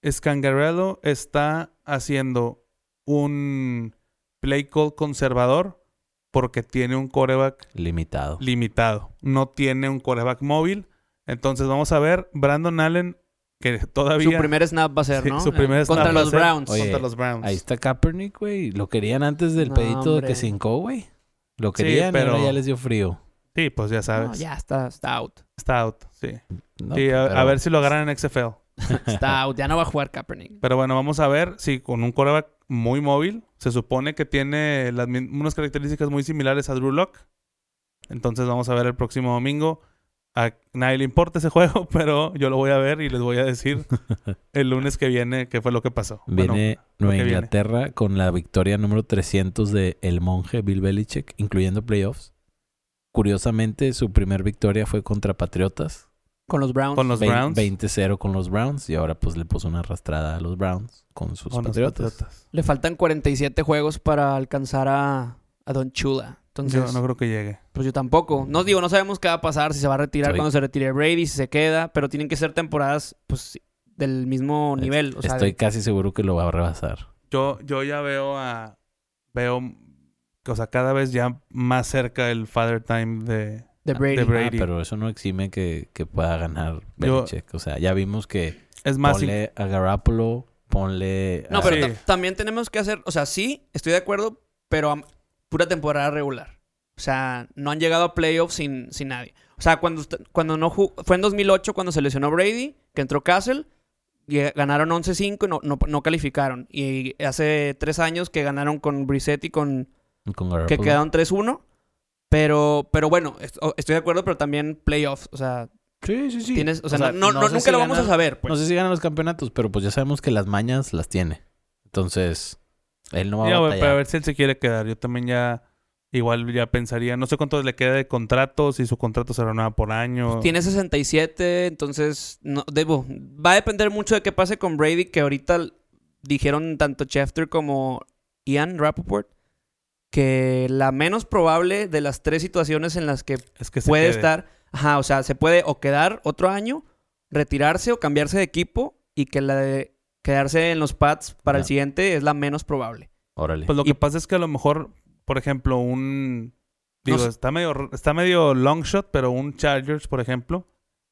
A: Scangarello está haciendo un play call conservador porque tiene un coreback
B: limitado.
A: limitado. No tiene un coreback móvil. Entonces vamos a ver Brandon Allen, que todavía
C: Su primer snap va a ser,
A: Sí,
C: ¿no?
A: su primer
C: Eh,
A: snap
C: Contra
A: va a
C: los
A: ser-
C: Browns.
B: Oye,
A: contra los Browns.
B: Ahí está Kaepernick, güey. Lo querían antes del
C: No,
B: pedito de
C: hombre.
B: que cincó, güey. Lo
A: Sí,
B: querían, pero
A: pero-
B: ya les dio frío.
A: Sí, pues ya sabes.
C: No, ya está, está out.
A: Está out. Sí.
B: No,
A: Sí, a, a
B: pero-
A: ver si lo agarran en XFL.
B: (laughs)
C: Está out. Ya no va a jugar Kaepernick.
A: Pero bueno, vamos a ver si con un coreback muy móvil. Se supone que tiene las mi- unas características muy similares a Drew Lock. Entonces vamos a ver el próximo domingo. A nadie le importa ese (laughs) juego, pero yo lo voy a ver y les voy a decir
B: (laughs)
A: el lunes que viene qué fue lo que pasó. Bueno,
B: Viene
A: que
B: Nueva
A: viene.
B: Inglaterra con la victoria número 300 de El Monje Bill Belichick, incluyendo playoffs. Curiosamente, su primer victoria fue contra Patriotas.
C: Con los Browns.
A: con los
B: Vein-
A: Browns.
B: 20-0 con los Browns. Y ahora pues le puso una arrastrada a los Browns con sus
A: con los
B: Patriotas.
A: Patriotas.
C: Le faltan 47 juegos para alcanzar a, a Don Chula. Entonces,
A: Yo no creo que llegue.
C: pues yo tampoco. No digo, no sabemos qué va a pasar, si se va a retirar,
B: Estoy-
C: cuando se retire Brady, si se queda, pero tienen que ser temporadas pues del mismo
B: Es-
C: nivel. O sea,
B: Estoy
C: de-
B: casi seguro que lo va a rebasar.
A: Yo, yo ya veo a. Veo. O sea, cada vez ya más cerca el Father Time de,
C: de Brady.
A: de
B: Ah,
A: Brady.
B: pero eso no exime que, que pueda ganar
A: Yo-
B: Belichick. O sea, ya vimos que
A: Es más.
B: ponle a Garoppolo, ponle
C: No,
B: a-
C: pero
A: Sí.
C: ta- también tenemos que hacer, o sea, sí, estoy de acuerdo, pero am- pura temporada regular. O sea, no han llegado a playoffs sin, sin nadie. O sea, cuando, usted- cuando no ju- fue en 2008 cuando se lesionó Brady, que entró Castle, y eh, ganaron 11-5 y no, no, no calificaron. Y hace tres años que ganaron con Brissett y con...
B: con Garoppolo.
C: que quedaron 3-1. Pero, pero bueno, est- o- estoy de acuerdo, pero también playoffs. O sea,
B: Sí, sí, sí.
C: tienes, o sea,
B: O sea,
C: no,
B: no
C: no-
B: sé
C: nunca
B: si
C: lo vamos a
B: ganar-
C: saber. Pues.
B: No sé si ganan los campeonatos, pero pues ya sabemos que las mañas las tiene. Entonces, él no va
A: Ya,
B: a
A: güey,
B: batallar.
A: pero a ver si él se quiere quedar. Yo también ya, igual ya pensaría, no sé cuánto le queda de contrato, si su contrato se renueva por año.
C: Pues Tiene 67, entonces no, debo, va a depender mucho de qué pase con Brady, que ahorita l- dijeron tanto Schefter como Ian Rappaport que la menos probable de las tres situaciones en las que
A: es que se
C: puede
A: quede.
C: estar, ajá, o sea, se puede o quedar otro año, retirarse o cambiarse de equipo y que la de quedarse en los pads para el
B: Ya.
C: siguiente es la menos probable.
B: Órale.
A: Pues lo que
C: y-
A: pasa es que a lo mejor, por ejemplo, un...
C: No
A: Digo,
C: sé.
A: está, medio, está medio long shot, pero un Chargers, por ejemplo,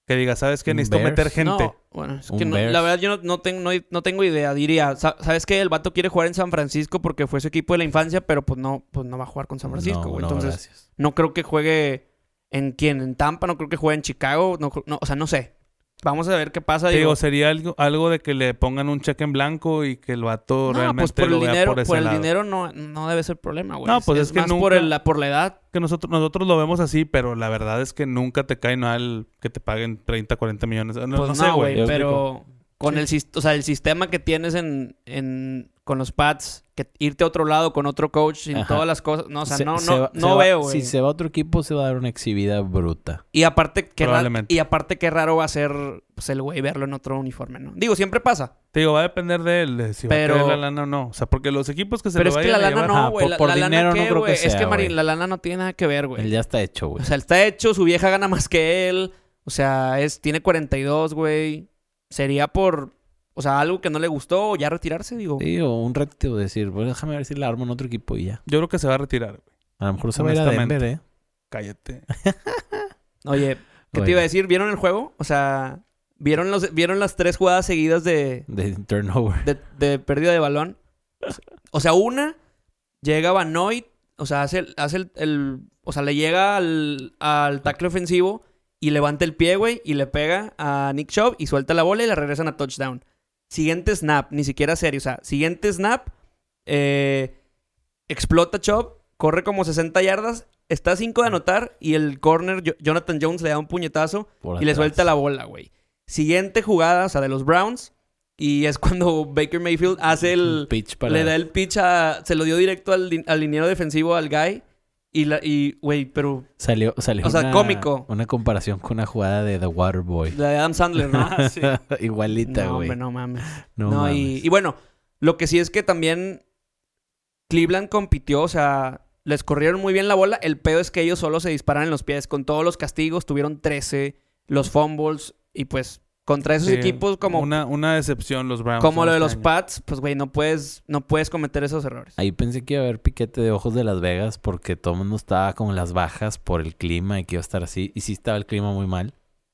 A: que diga, ¿sabes qué?
B: Un
A: Necesito
B: Bears.
A: meter gente.
C: No, bueno, es
B: Un
C: que no-
B: Bears.
C: la verdad yo no, no tengo, no, no tengo idea. Diría, sa- ¿sabes qué? El vato quiere jugar en San Francisco porque fue su equipo de la infancia, pero pues no, pues no va a jugar con San Francisco.
B: No,
C: güey.
B: no,
C: Entonces,
B: gracias.
C: no creo que juegue en quién, en Tampa, no creo que juegue en Chicago, no, cr- no, o sea, no sé. Vamos a ver qué pasa.
A: Te
C: Digo,
A: Digo, sería algo, algo de que le pongan un cheque en blanco y que el vato
C: no,
A: realmente
C: pues por
A: lo
C: el
A: vea
C: dinero,
A: por
C: por,
A: ese
C: el
A: lado.
C: dinero no, no debe ser problema, güey.
A: No, pues es que
C: más por,
A: nunca-
C: el- la, por la edad.
A: Que nosotros, nosotros lo vemos así, pero la verdad es que nunca te cae mal que te paguen 30, 40 millones. No,
C: Pues
A: no sé, güey.
B: Yo
C: Pero con el, sis- o sea, el sistema que tienes en, en- con los pads, que irte a otro lado con otro coach, sin
B: Ajá.
C: todas las cosas. No, o sea,
B: Se-
C: no,
B: se
C: no,
B: va- se
C: no
B: va-
C: veo, güey.
B: Si se va a otro equipo, se va a dar una exhibida bruta.
C: Y aparte, qué ra-
A: Probablemente.
C: y aparte qué raro va a ser pues, el güey verlo en otro uniforme, ¿no? Digo, siempre pasa.
A: Te digo, va a depender de él, de si
C: Pero-
A: va a querer la lana o no. O sea, porque los equipos que se le
C: Pero es que
A: vayan
C: la
A: a
C: lana
A: llevar...
C: no,
B: Ajá,
C: güey.
B: por-
C: La,
B: por
C: la lana
B: dinero no
C: qué,
B: creo que
C: güey. es
B: sea,
C: que, Marín,
B: güey. pues.
C: la lana no tiene nada que ver,
B: Él
C: güey.
B: ya está hecho, güey.
C: O sea, está hecho, su vieja gana más que él. O sea, es, tiene 42, güey. Sería por, o sea, algo que no le gustó o ya retirarse, digo.
B: Sí, o un ratito decir, bueno, déjame ver si la armo en otro equipo y ya.
A: Yo creo que se va a retirar, güey.
B: A lo mejor se va a ir a
A: Honestamente.
B: Denver, ¿eh?
A: Cállate.
C: Oye, ¿qué te
B: Bueno,
C: iba a decir? ¿Vieron el juego? O sea, ¿vieron, los, ¿vieron las tres jugadas seguidas de,
B: De turnover.
C: de, de pérdida de balón? O sea, una llega Banoit, o sea, hace, el- hace el, el- O sea, le llega al, al tackle ofensivo y levanta el pie, güey, y le pega a Nick Chubb y suelta la bola y la regresan a touchdown. Siguiente snap, ni siquiera serio. O sea, siguiente snap, eh, explota Chubb, corre como 60 yardas está a 5 de anotar y el corner, Jo- Jonathan Jones le da un puñetazo
B: por
C: y le
B: atrás.
C: suelta la bola, güey. Siguiente jugada, o sea, de los Browns. Y es (laughs) cuando Baker Mayfield hace
B: Un
C: el...
B: pitch para
C: Le da el pitch a... Se lo dio directo al, lin- al liniero defensivo, al guy. Y, la, y, güey, pero
B: Salió, salió
C: o sea,
B: una,
C: cómico.
B: Una comparación con una jugada de The
C: (laughs)
B: Waterboy.
C: la de Adam
B: (laughs)
C: Sandler, ¿no?
B: Igualita,
C: Ah, no,
B: güey.
C: hombre, no mames.
B: Ah, No,
C: No,
B: mames.
C: y, y bueno, lo que sí es que también Cleveland compitió, o sea, les corrieron muy bien la bola. El pedo es que ellos solo se disparan en los pies. Con todos los castigos tuvieron 13, los fumbles, y pues contra esos
A: Sí,
C: equipos como,
A: Una, una decepción los Browns.
C: como lo de los
A: este año.
C: Pats, pues güey, no puedes, no puedes cometer esos errores.
B: Ahí pensé que iba a haber piquete de ojos de Las Vegas porque todo el mundo estaba con las bajas por el clima y que iba a estar así. Y sí estaba el clima muy mal,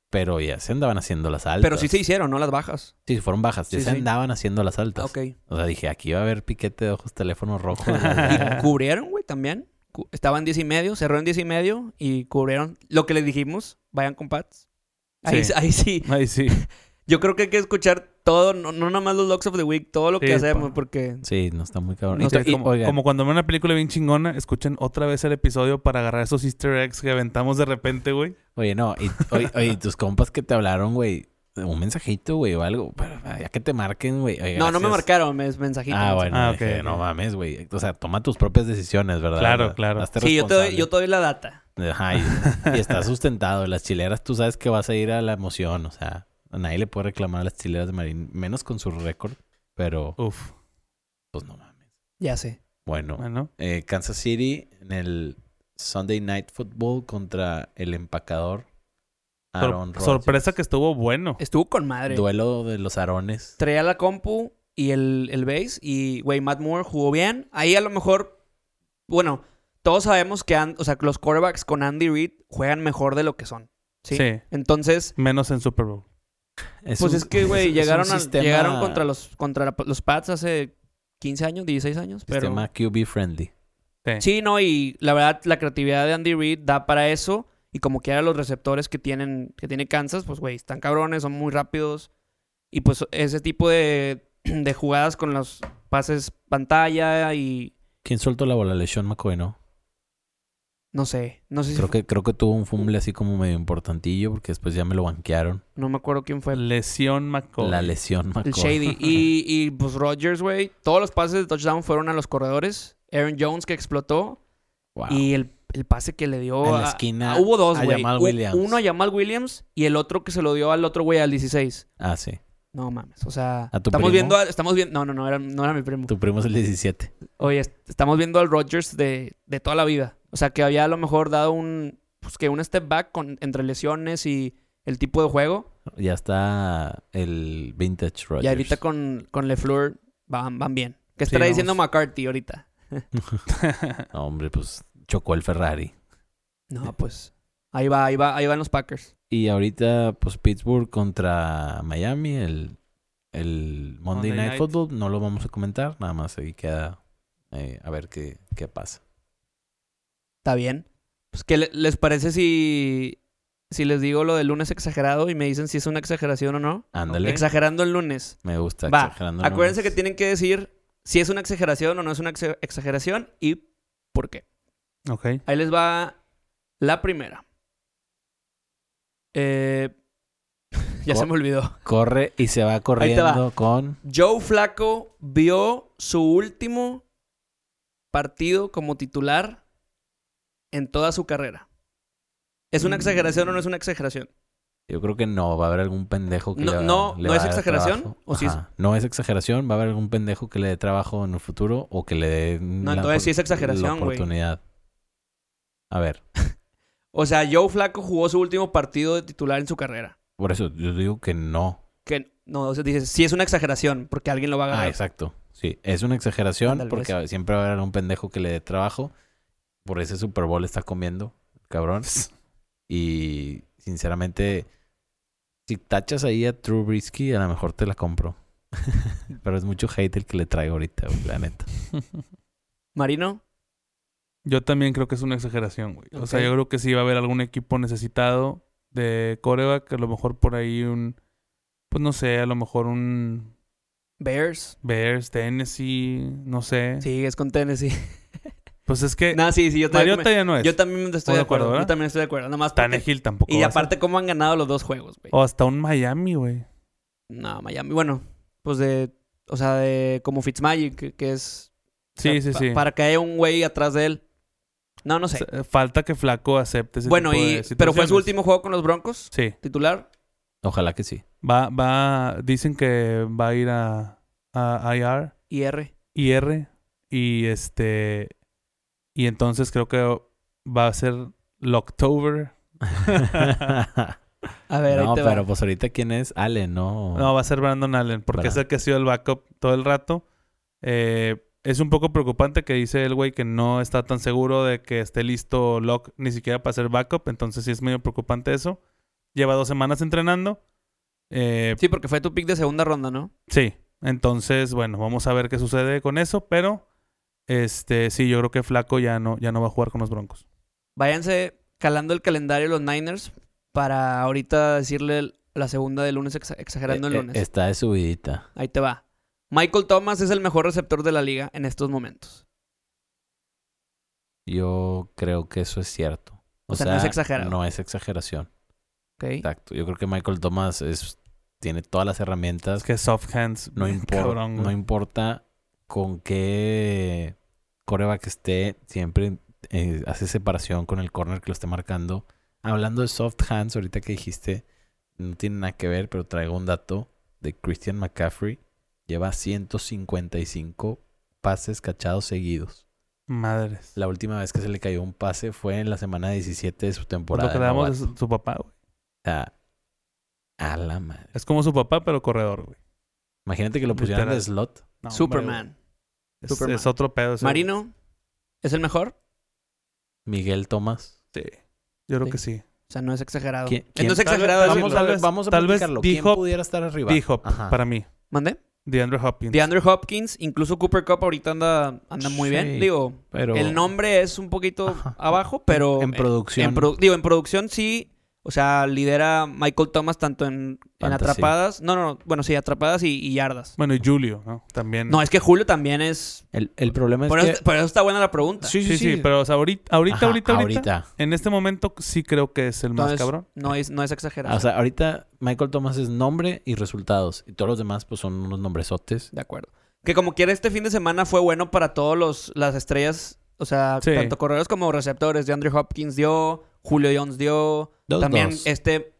B: pero ya se andaban haciendo las altas.
C: Pero sí se hicieron, ¿no? Las bajas.
B: Sí, fueron bajas. Ya
C: Sí,
B: se
C: sí.
B: andaban haciendo las
C: Ah,
B: altas.
C: ok.
B: O sea, dije, aquí va a haber piquete de ojos, teléfono
C: (laughs)
B: rojo. de Las (laughs) Vegas.
C: Y cubrieron, güey, también. Cu- Estaban 10 y medio, cerró en 10 y medio y cubrieron lo que les dijimos, vayan con Pats. Ahí,
A: Sí.
C: ahí sí,
A: Ay, sí.
C: Yo creo que hay que escuchar todo, no, no nomás los Locks of the Week, todo lo que
A: Sí,
C: hacemos,
A: pa.
C: porque
B: sí, no está muy cabrón.
C: (laughs) No
B: Y
C: sé,
B: to- y-
A: como,
B: oigan,
A: como cuando ven una película bien chingona, escuchen otra vez el episodio para agarrar esos easter eggs que aventamos de repente, güey.
B: Oye, no, y, oye, oye, tus compas que te hablaron, güey, un mensajito, güey, o algo, pero ya que te marquen, güey. oye,
C: no, no me
B: gracias.
C: marcaron, me mensajitos.
B: Ah, bueno,
A: Ah,
B: dije,
A: ok, ok.
B: no mames, güey. O sea, toma tus propias decisiones, ¿verdad?
A: Claro,
B: O sea,
A: claro.
B: hazte
C: Sí, yo te, doy,
B: responsable.
C: yo te doy la data.
B: Ajá, y, y
C: (laughs)
B: está sustentado. Las chileras, tú sabes que vas a ir a la emoción. O sea, a nadie le puede reclamar a las chileras de Marín, menos con su récord. Pero,
A: Uf.
B: pues no mames.
C: Ya sé.
B: Bueno,
A: Bueno.
B: eh, Kansas City en el Sunday Night Football contra el
A: Sor-
B: empacador Aaron Rodgers.
A: sorpresa que estuvo bueno.
C: Estuvo con madre.
B: Duelo de los arones.
C: Traía la compu y el, el base y, güey, Matt Moore jugó bien. Ahí a lo mejor, bueno, todos sabemos que an- o sea, que los quarterbacks con Andy Reid juegan mejor de lo que son. Sí.
A: Sí.
C: Entonces,
A: Menos en Super Bowl.
C: pues
B: un-
C: es que, güey,
B: es
C: llegaron,
B: un
C: a-
B: sistema-
C: llegaron contra los contra la- los Pats hace 15 años, 16 años. Pero...
B: Sistema QB friendly.
C: Sí, no, y la verdad, la creatividad de Andy Reid da para eso. Y como quiera, los receptores que tienen, que tiene Kansas, pues güey, están cabrones, son muy rápidos. Y pues ese tipo de, (clears throat) de jugadas con los pases pantalla y
B: ¿Quién soltó la bola? LeSean McCoy, ¿no?
C: no sé, no sé si
B: Creo que, creo que tuvo un fumble así como medio importantillo porque después ya me lo banquearon.
C: no me acuerdo quién fue el,
A: Lesión McCoy.
B: La lesión McCoy.
C: el Shady.
B: (laughs)
C: Y, y pues Rodgers, güey, todos los pases de touchdown fueron a los corredores. Aaron Jones que explotó
B: Wow.
C: y el, el pase que le dio
B: En la
C: a-
B: esquina
C: a- hubo dos,
B: a
C: güey.
B: Jamal
C: U-
B: Williams.
C: Uno a Jamal Williams y el otro que se lo dio al otro güey al 16.
B: Ah, sí.
C: No mames, o sea,
B: ¿A tu
C: estamos
B: primo?
C: viendo, a- estamos viendo, no, no, no era, no era mi primo.
B: Tu primo es el 17.
C: Oye, est- estamos viendo al Rodgers de, de toda la vida. O sea, que había a lo mejor dado un, pues que un step back con, entre lesiones y el tipo de juego.
B: Ya está el Vintage Rodgers.
C: Y ahorita con, con LeFleur van, van bien. ¿Qué
A: Sí,
C: estará
A: vamos.
C: diciendo McCarthy ahorita?
B: No, hombre, pues chocó el Ferrari.
C: No, pues, ahí va, ahí va, ahí van los Packers.
B: Y ahorita, pues Pittsburgh contra Miami, el, el
A: Monday
B: Monday, Night,
A: Night.
B: Football. No lo vamos a comentar, nada más ahí queda eh, a ver qué, qué pasa.
C: ¿Está bien? Pues, ¿qué le- les parece si, si les digo lo del lunes exagerado y me dicen si es una exageración o no?
B: Ándale,
A: Ok.
C: Exagerando el lunes.
B: me gusta.
C: Va,
B: exagerando
C: Acuérdense que
B: nombres.
C: tienen que decir si es una exageración o no es una exa- exageración y por qué.
A: (laughs) Ok.
C: Ahí les va la primera. Eh, (laughs) ya se me olvidó.
B: Corre y se va corriendo
C: va.
B: con...
C: Joe Flaco vio su último partido como titular en toda su carrera. ¿Es una
B: Mm.
C: exageración o no es una exageración?
B: Yo creo que no, va a haber algún pendejo que
C: No-
B: le va-
C: no-
B: le
C: ¿no
B: va
C: es
B: a dar
C: exageración?
B: trabajo.
C: ¿O sí es-
B: Ajá. No es exageración, va a haber algún pendejo que le dé trabajo en el futuro o que le dé
C: No,
B: la
C: entonces sí es
B: opor-
C: exageración,
B: la
C: güey.
B: oportunidad. A ver,
C: O sea, Joe Flaco jugó su último partido de titular en su carrera.
B: por eso yo digo que no.
C: Que no, o sea, dices, sí es una exageración porque alguien lo va a
B: Ah,
C: ganar.
B: exacto. Sí, es una exageración
C: Ándale,
B: porque siempre va a haber algún pendejo que le dé trabajo. Por ese Super Bowl está comiendo,
C: (laughs)
B: cabrón. Y sinceramente, si tachas ahí a True Brisky, a lo mejor te la compro. (laughs) Pero es mucho hate el que le traigo ahorita, güey, la neta.
C: Marino.
A: Yo también creo que es una exageración, güey. O sea,
C: Ok.
A: yo creo que sí va a haber algún equipo necesitado de coreback. A lo mejor por ahí un... Pues no sé, a lo mejor un
C: Bears.
A: Bears, Tennessee, no sé.
C: Sí, es con Tennessee.
A: Pues es que
C: (laughs) No, sí, sí, yo también.
A: Mariota ya no es.
C: Yo también estoy
A: Estamos
C: de
A: de acuerdo,
C: acuerdo.
A: ¿verdad?
C: yo también estoy de acuerdo. Nomás porque-
A: Tanegil tampoco.
C: Y
A: va a ser.
C: aparte, ¿cómo han ganado los dos juegos, güey?
A: O hasta un Miami, güey.
C: No, Miami. Bueno, pues de. O sea, de como Fitzmagic, que, que es. o
A: Sí, sí,
C: sea, pa-
A: sí.
C: Para que haya un güey atrás de él. No, no sé.
A: S- Falta que Flaco acepte ese
C: bueno,
A: tipo de
C: y, pero fue su
A: situaciones.
C: último juego con los Broncos,
A: Sí.
C: titular.
B: Ojalá que
C: (laughs)
B: sí.
A: Va, va, dicen que va a ir a, a IR,
C: Y R.
A: IR, y este, y entonces creo que va a ser Locktober.
C: A ver,
B: no,
C: ahí te
B: pero
C: va.
B: pues ahorita quién es Allen, ¿no?
A: No, va a ser Brandon Allen, porque es
B: Oh. Brandon.
A: el que ha sido el backup todo el rato. Eh, es un poco preocupante que dice el güey que no está tan seguro de que esté listo Lock ni siquiera para ser backup, entonces sí es medio preocupante eso. Lleva dos semanas entrenando. Eh,
C: Sí, porque fue tu pick de segunda ronda, ¿no?
A: Sí, entonces, bueno, vamos a ver qué sucede con eso, pero este, sí, yo creo que Flaco ya no, ya no va a jugar con los Broncos.
C: Váyanse calando el calendario los Niners para ahorita decirle el- la segunda de lunes, exa- exagerando el
B: Eh, eh,
C: lunes.
B: Está de subidita.
C: Ahí te va. Michael Thomas es el mejor receptor de la liga en estos momentos.
B: Yo creo que eso es cierto. O,
C: O sea, no es exagerado.
B: No es exageración.
C: ¿ok?
B: Exacto. Yo creo que Michael Thomas es, tiene todas las herramientas.
A: Es que soft hands, (laughs)
B: No,
A: bien
B: impor-
A: cabrón,
B: no
A: güey.
B: importa con qué coreback esté, siempre eh, hace separación con el corner que lo esté marcando. Hablando de soft hands, ahorita que dijiste, no tiene nada que ver, pero traigo un dato de Christian McCaffrey. Lleva 155 pases cachados seguidos.
A: Madres.
B: La última vez que se le cayó un pase fue en la semana 17 de su
A: Por
B: temporada.
A: Pues lo que
B: de
A: le damos
B: novato.
A: es su papá, güey.
B: O sea, a la madre.
A: Es como su papá, pero corredor, güey.
B: Imagínate que lo pusieran de
A: Literal.
B: slot.
A: No, hombre,
C: Superman.
A: güey. es,
C: Superman.
A: es otro pedo. ese,
C: Marino es el mejor.
B: Miguel Thomas.
A: güey. Sí, yo creo
C: Sí.
A: que sí.
C: O sea, no es exagerado.
B: ¿Quién-
C: Eh, No
B: quién-
C: es exagerado.
A: Tal vez-
C: decirlo.
B: vamos, a,
A: tal vez-
B: vamos a
A: tal vez
B: platicarlo. ¿Quién
A: D-Hop-
B: pudiera estar arriba?
A: D-Hop,
B: Ajá.
A: para mí.
C: ¿Mandé?
A: DeAndre Hopkins.
C: DeAndre Hopkins, incluso Cooper Cup ahorita anda, anda muy
B: Sí,
C: bien. Digo,
B: pero
C: el nombre es un poquito
B: Ajá.
C: abajo, pero...
B: en
C: eh,
B: producción.
C: en produ- digo, en producción sí. O sea, lidera Michael Thomas tanto en, en
B: Fantasy.
C: atrapadas. No, no, no. Bueno, sí, atrapadas y, y yardas.
A: Bueno, y Julio, ¿no? También.
C: No, es que Julio también es...
B: el, el problema es
C: Por,
B: que...
C: eso, por eso está buena la pregunta.
A: Ah, sí, sí, sí, pero o sea, ahorita, ahorita,
B: Ajá,
A: ahorita, ahorita, en este momento sí creo que es el más
C: Entonces,
A: cabrón.
C: No es, no es exagerado.
B: O sea, ahorita Michael Thomas es nombre y resultados. Y todos los demás pues son unos nombresotes.
C: De acuerdo. Que como quiera, este fin de semana fue bueno para todos los- las estrellas. O sea,
A: Sí.
C: tanto corredores como receptores. De Andrew Hopkins dio, Julio Jones dio.
B: Dos,
C: También
B: dos.
C: este.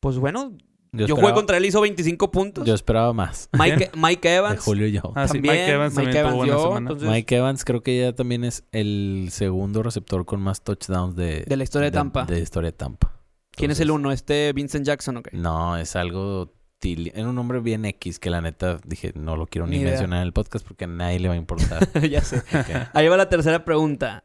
C: Pues bueno,
B: Yo,
C: yo, jugué contra él, hizo 25
A: (laughs)
C: puntos.
B: Yo esperaba más.
C: Mike, Mike
B: De
C: Evans.
B: Julio Jones.
A: Ah, sí,
C: también,
A: Mike Evans
C: Mike
A: también tuvo
C: Evans
A: buena
C: dio,
A: semana.
C: entonces-
B: Mike Evans creo que ya también es el segundo receptor con más touchdowns de...
C: De la historia de Tampa.
B: De, la historia de Tampa.
C: ¿Quién es el
B: Entonces,
C: uno? ¿Este Vincent Jackson o
B: (laughs)
C: qué?
B: No, es algo... tili- Era un nombre bien X que la neta dije, no lo quiero ni,
C: Ni idea.
B: mencionar en el podcast porque a nadie le va a
C: (laughs)
B: importar.
C: (laughs) ya sé.
B: Ok.
C: Ahí va la tercera pregunta.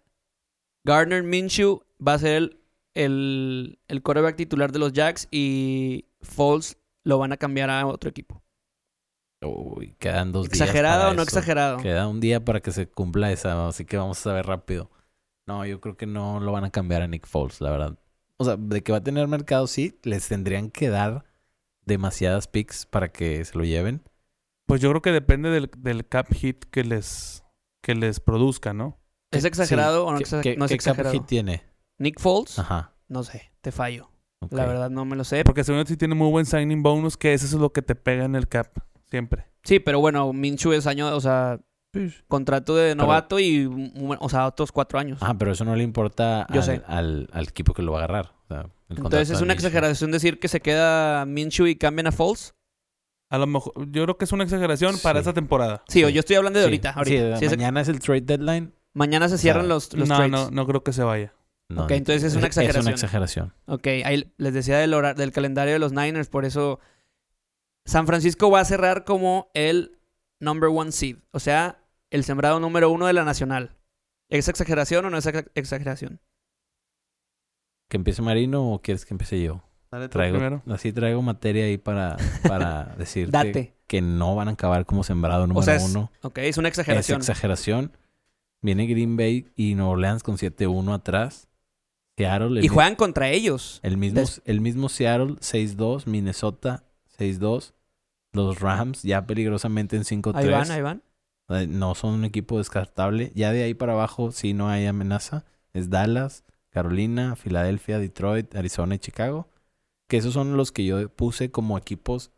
C: Gardner Minshew va a ser el, el, el quarterback titular de los Jacks y Foles lo van a cambiar a otro equipo.
B: Uy, quedan dos días.
C: ¿Exagerado
B: para
C: o no
B: eso.
C: exagerado?
B: Queda un día para que se cumpla esa, así que vamos a saber rápido. No, yo creo que no lo van a cambiar a Nick Foles, la verdad. O sea, de que va a tener mercado, sí, les tendrían que dar demasiadas picks para que se lo lleven.
A: Pues yo creo que depende del, del cap hit que les, que les produzca, ¿no?
C: ¿Es exagerado o no,
B: ¿Qué-
C: exa-
B: qué-
C: no es
B: qué cap
C: exagerado?
B: hit tiene?
C: Nick Foles,
B: Ajá.
C: no sé, te fallo.
B: ok.
C: La verdad no me lo sé.
A: Porque según yo sí tiene muy buen signing bonus, que eso es lo que te pega en el cap, siempre.
C: Sí, pero bueno, Minshew es año, o sea,
B: Pues,
C: contrato de novato y, un- o sea, otros cuatro años.
B: Ah, pero eso no le importa
C: Yo
B: al,
C: sé.
B: al- al equipo que lo va a agarrar. O sea, el
C: Entonces
B: contrato
C: es
B: de
C: una
B: Minshew.
C: exageración decir que se queda Minshew y cambian a Foles.
A: A lo mejor, yo creo que es una exageración para
B: Sí.
A: esta temporada.
C: Sí, o
B: Sí.
C: yo estoy hablando de
B: Sí,
C: ahorita.
B: sí,
C: ahorita. Sí, es- mañana.
B: mañana es el trade deadline.
C: se
B: sea,
C: cierran los, los
A: no,
C: trades.
A: no, no creo que se vaya.
B: No,
C: Ok, entonces es una
B: Es una
C: exageración.
B: exageración.
C: Ok, ahí les decía del, hora- del calendario de los Niners, por eso San Francisco va a cerrar como el number one seed, o sea, el sembrado número uno de la nacional. ¿Es exageración o no es exa- exageración?
B: ¿Que empiece Marino o quieres que empiece yo? Traigo,
A: primero.
B: así traigo materia ahí para,
C: (laughs)
B: para decir que,
C: Date.
B: que no van a acabar como sembrado número
C: sea, es
B: uno.
C: Ok, es una
B: Es
C: exageración.
B: exageración. Viene Green Bay y Nueva Orleans con 7-1 atrás. Seattle, el,
C: y
B: mi-
C: juegan contra ellos.
B: el mismo,
C: des-
B: el mismo Seattle 6-2, Minnesota 6-2, los Rams ya peligrosamente en 5-3.
C: Ahí van, ahí van.
B: Eh, No son un equipo descartable. Ya de ahí para abajo sí no hay amenaza. Es Dallas, Carolina, Filadelfia, Detroit, Arizona y Chicago. Que esos son los que yo puse como equipos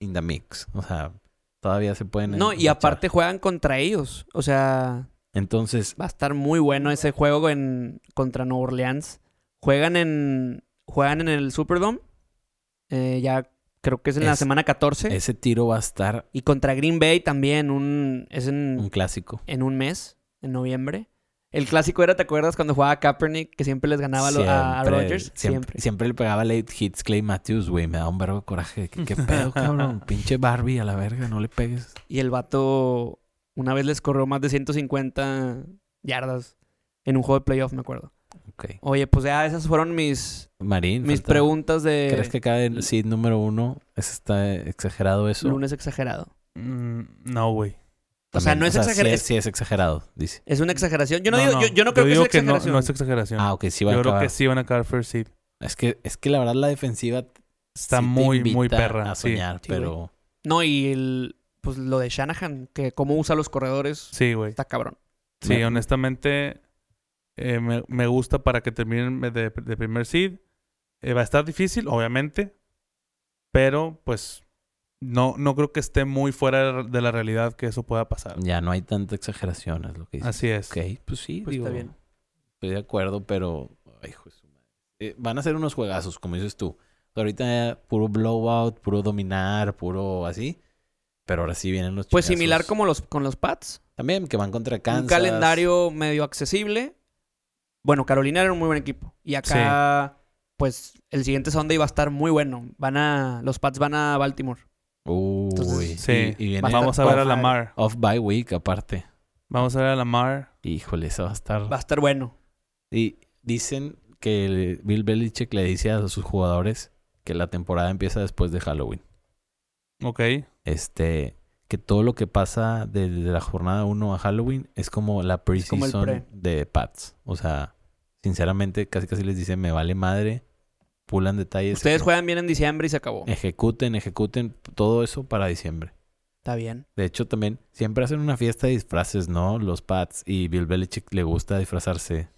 B: in the mix. O sea, todavía se pueden...
C: No, y
B: luchar.
C: aparte juegan contra ellos. O sea,
B: Entonces,
C: va a estar muy bueno ese juego en contra Nueva Orleans. Juegan en juegan en el Superdome. Eh, ya creo que es en la
B: Es-
C: semana 14
B: ese tiro va a estar
C: y contra Green Bay también un es en
B: un clásico.
C: en un mes, en noviembre. El clásico era, ¿te acuerdas cuando jugaba Kaepernick que siempre les ganaba lo- a, a Rodgers?
B: Siempre, siempre le pegaba late hits Clay Matthews, güey. Me da un verbo de coraje. ¿Qué,
C: (laughs)
B: qué pedo, cabrón? Pinche Barbie a la verga, no le pegues.
C: Y el vato una vez les corrió más de 150 yardas en un juego de playoff, me acuerdo.
B: Ok.
C: Oye, pues ya esas fueron mis,
B: Marín,
C: mis
B: falta-
C: preguntas de
B: ¿Crees que cae el seed número uno? ¿Eso está exagerado eso?
C: lunes exagerado.
A: Mm, no, güey.
C: O sea,
B: También,
C: no es
B: Sí
C: exagerado.
B: es, sí es exagerado, dice.
C: Es una exageración. Yo no, digo, Yo, yo no creo
A: digo
C: que sea
A: no-
C: exageración.
A: No, es exageración.
B: Ah, ok, sí va
A: yo
B: a
A: creo
B: acabar.
A: que sí van a acabar first seed.
B: Es que, es que la verdad la defensiva
A: Está
B: sí te
A: muy, muy
B: invita
A: perra.
B: a
A: sí.
B: soñar,
C: Sí, güey.
B: pero
C: No, y el, pues lo de Shanahan, que cómo usa los corredores,
A: Sí, güey.
C: está cabrón.
A: Sí,
B: Me-
A: honestamente, eh, me, me gusta para que terminen de, de primer seed. Eh, va a estar difícil, obviamente, pero pues no, no creo que esté muy fuera de la realidad que eso pueda pasar.
B: ya no hay tanta exageración, es lo que dice.
A: Así es.
B: Ok, pues sí,
C: Pues
B: digo,
C: está bien.
B: Estoy de acuerdo, pero. ay, hijo de su madre. Eh, van a ser unos juegazos, como dices tú. Ahorita ya puro blowout, puro dominar, puro así. Pero ahora sí vienen los
C: Pues
B: chingazos.
C: similar como los con los Pats.
B: También, que van contra Kansas.
C: Un calendario medio accesible. Bueno, Carolina era un muy buen equipo. Y acá, pues, el siguiente Sunday va a estar muy bueno. Van a. Los Pats van a Baltimore.
B: Uy.
C: Entonces,
A: Sí.
B: y, y viene
C: Va a
A: Vamos a
C: estar
A: ver a
C: padre.
A: Lamar.
B: off by week aparte.
A: Vamos a ver a Lamar.
B: Híjole, eso va a estar.
C: Va a estar
B: Este
C: bueno.
B: Y dicen que el- Bill Belichick le dice a sus jugadores que la temporada empieza después de Halloween.
A: Ok.
B: este que todo lo que pasa desde la jornada 1 a Halloween es como la
C: como el
B: preseason
C: pre.
B: de Pats. O sea, sinceramente casi casi les dicen me vale madre, pulan detalles,
C: Ustedes
B: eje-
C: juegan bien en diciembre y se acabó.
B: Eh, ejecuten, ejecuten todo eso para diciembre.
C: Está bien.
B: De hecho también siempre hacen una fiesta de disfraces, ¿no? Los Pats y Bill Belichick le gusta disfrazarse.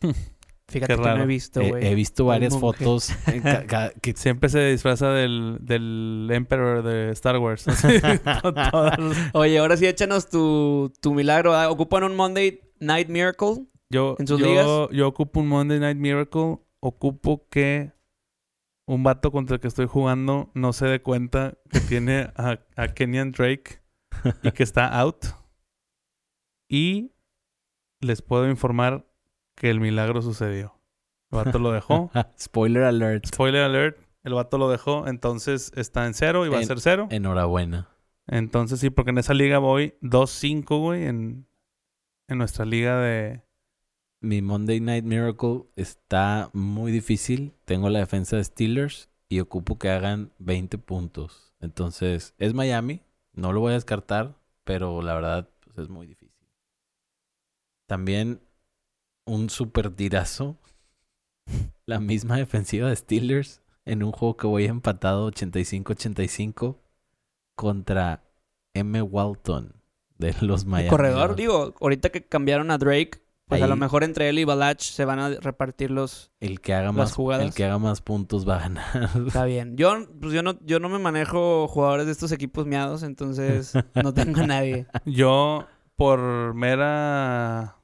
C: Fíjate
A: Qué
C: que no he
A: raro.
C: visto,
B: Eh,
C: Este güey.
B: he visto varias
C: monje.
B: fotos eh, ca- ca-
A: (laughs)
B: (laughs) que
A: Siempre se disfraza del, del Emperor de Star Wars. Así, (laughs) con todas las-
C: Oye, ahora sí échanos tu, tu milagro. Ah, Ocupan un Monday Night Miracle.
A: Yo,
C: ¿En sus
A: yo-
C: ligas?
A: yo ocupo un Monday Night Miracle. Ocupo que un vato contra el que estoy jugando no se dé cuenta que tiene a, a Kenyan Drake y que está out. Y les puedo informar que el milagro sucedió. El vato lo
C: (laughs)
A: dejó.
B: (laughs) spoiler alert.
A: Spoiler alert. El vato lo dejó, entonces está en cero y va
B: En-
A: a ser cero.
B: Enhorabuena.
A: Entonces sí, porque en esa liga voy 2-5, güey, en, en nuestra liga de...
B: Mi Monday Night Miracle está muy difícil. Tengo la defensa de Steelers y ocupo que hagan 20 puntos. Entonces, es Miami. No lo voy a descartar, pero la verdad pues, es muy difícil. También un super tirazo. (laughs) La misma defensiva de Steelers en un juego que voy empatado 85-85 contra M. Walton de los Miami.
C: El corredor,
B: Dolphins.
C: digo, ahorita que cambiaron a Drake, pues a
B: Ahí-
C: lo mejor entre él y Balach se van a repartir los.
B: El que haga
C: Las
B: más el
C: jugadas.
B: que haga más puntos va a
C: (laughs)
B: ganar. (laughs)
C: Está bien. Yo, pues yo no, yo no me manejo jugadores de estos equipos
A: (laughs)
C: miados, entonces no tengo a nadie.
A: Yo, por mera.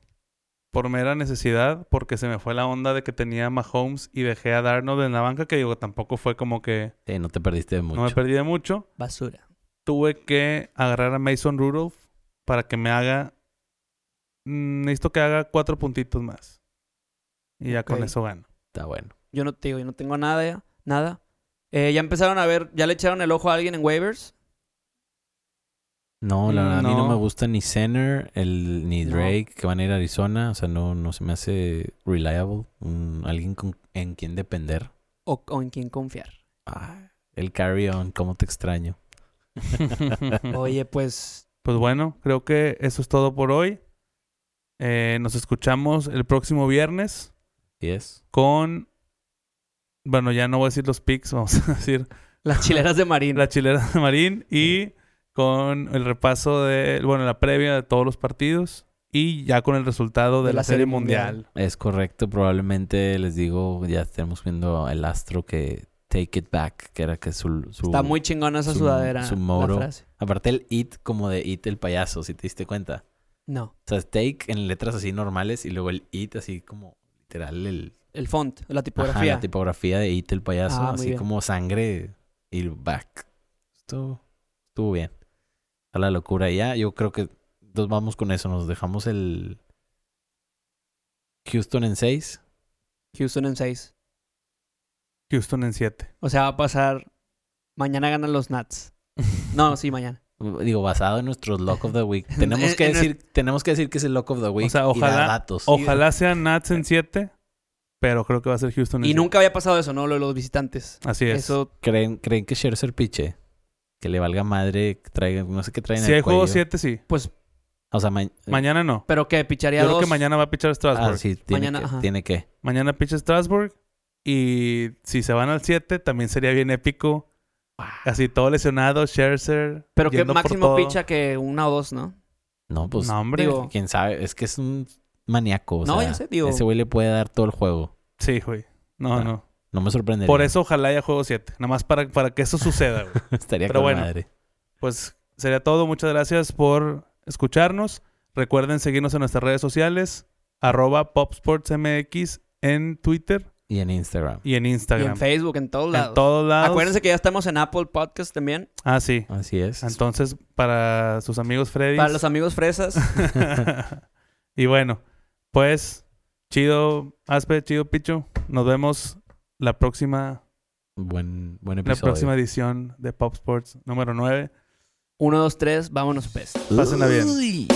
A: Por mera necesidad, porque se me fue la onda de que tenía a Mahomes y dejé a Darnold en la banca, que digo, tampoco fue como que
B: Sí, no te perdiste de mucho.
A: no me perdí de mucho.
C: Basura.
A: Tuve que agarrar a Mason Rudolph para que me haga. mm, Necesito que haga cuatro puntitos más. Y ya
C: Ok.
A: con eso gano.
B: Está bueno.
C: Yo no te digo, yo no tengo nada, nada. Eh, ya empezaron a ver, ya le echaron el ojo a alguien en waivers.
B: No, la verdad, a mí no
A: No.
B: me gusta ni Senner, el, ni
C: Mm, No.
B: Drake, que van a ir a Arizona. O sea, no, no se me hace reliable. un- alguien con- en quien depender.
C: O, o en quién
A: (laughs)
C: confiar.
B: Ah, el carry on, cómo te extraño.
C: Oye, pues
A: Pues bueno, creo que eso es todo por hoy. Eh, nos escuchamos el próximo viernes.
B: Yes.
A: con. Bueno, ya no voy a decir los picks, (laughs) vamos a decir
C: las chileras de Marín.
A: la chilera de Marín y con el repaso de, bueno, la previa de todos los partidos y ya con el resultado de, la, Serie mundial.
B: Es correcto, probablemente les digo, ya estemos viendo el astro que Take It Back, que era que su... su-
C: Está muy chingona esa
B: su-
C: sudadera.
B: su
C: la
B: moro.
C: frase.
B: Aparte el It como de It el payaso, si te diste cuenta.
C: No,
B: O sea, es Take en letras así normales y luego el It así como literal el...
C: el font, la
B: ajá,
C: tipografía.
B: la tipografía de It el payaso,
C: Ah, muy
B: así
C: bien.
B: como sangre y el back. Estuvo, estuvo bien. A la locura. Y Ya, yo creo que nos vamos con eso. Nos dejamos el... Houston en 6.
C: Houston en 6.
A: Houston en 7.
C: O sea, va a pasar. Mañana ganan
A: (laughs)
C: los Nats. No, sí, mañana.
B: Digo, basado en nuestros Lock
C: (laughs)
B: of the Week. Tenemos
C: En-
B: que
C: en
B: decir, tenemos que decir que es el Lock of the Week.
A: sea,
B: Y
A: ojalá-
B: dar datos.
A: Ojalá sea Nats en 7, pero creo que va a ser Houston en
C: Y
A: siete.
C: nunca había pasado eso, ¿no? Lo de los visitantes.
A: Así es.
C: Eso.
B: ¿Creen, ¿Creen que Scherzer piche? Que le valga madre, que traiga, no sé qué traen
A: si
B: en
A: hay
B: el cuello.
A: juego 7, sí.
B: O sea, ma-
A: Mañana no.
C: Pero que picharía
A: Yo creo
C: dos.
A: que mañana va a pichar Strasbourg.
B: ah, sí, tiene,
C: Mañana,
B: que,
C: ajá.
B: tiene que.
A: Mañana picha Strasbourg. Y si se van al 7, también sería bien épico. Así todo lesionado, Scherzer.
C: Pero que
A: yendo por
C: máximo
A: todo.
C: picha que una o dos, ¿no?
B: No, pues,
A: no, hombre.
C: digo-
B: quién sabe. Es que es un maníaco. o
C: No,
B: sea,
C: yo sé, digo-
B: Ese güey le puede dar todo el juego.
A: Sí, güey. No,
B: Ah,
A: no.
B: No me sorprendería.
A: Por eso ojalá haya juego 7. Nada más para, para que eso suceda, güey.
B: (laughs) Estaría
A: pero
B: con
A: bueno.
B: madre.
A: Pues sería todo. Muchas gracias por escucharnos. Recuerden seguirnos en nuestras redes sociales. Arroba PopSportsMX en Twitter
B: Y en Instagram.
A: y en
C: Y
A: Instagram.
C: en Facebook, en todos lados.
A: En todos lados.
C: Acuérdense que ya estamos en Apple Podcast también.
A: Ah, sí.
B: Así es.
A: Entonces, para sus amigos Freddy.
C: Para los amigos fresas.
A: (laughs) y bueno, pues, chido, Aspe, chido, Picho. Nos vemos la próxima,
B: Buen, buen
A: la
B: episodio.
A: próxima edición de Pop Sports número 9.
C: Uno, dos, tres, vámonos, pues. pez.
A: Pásenla bien.
B: Uy.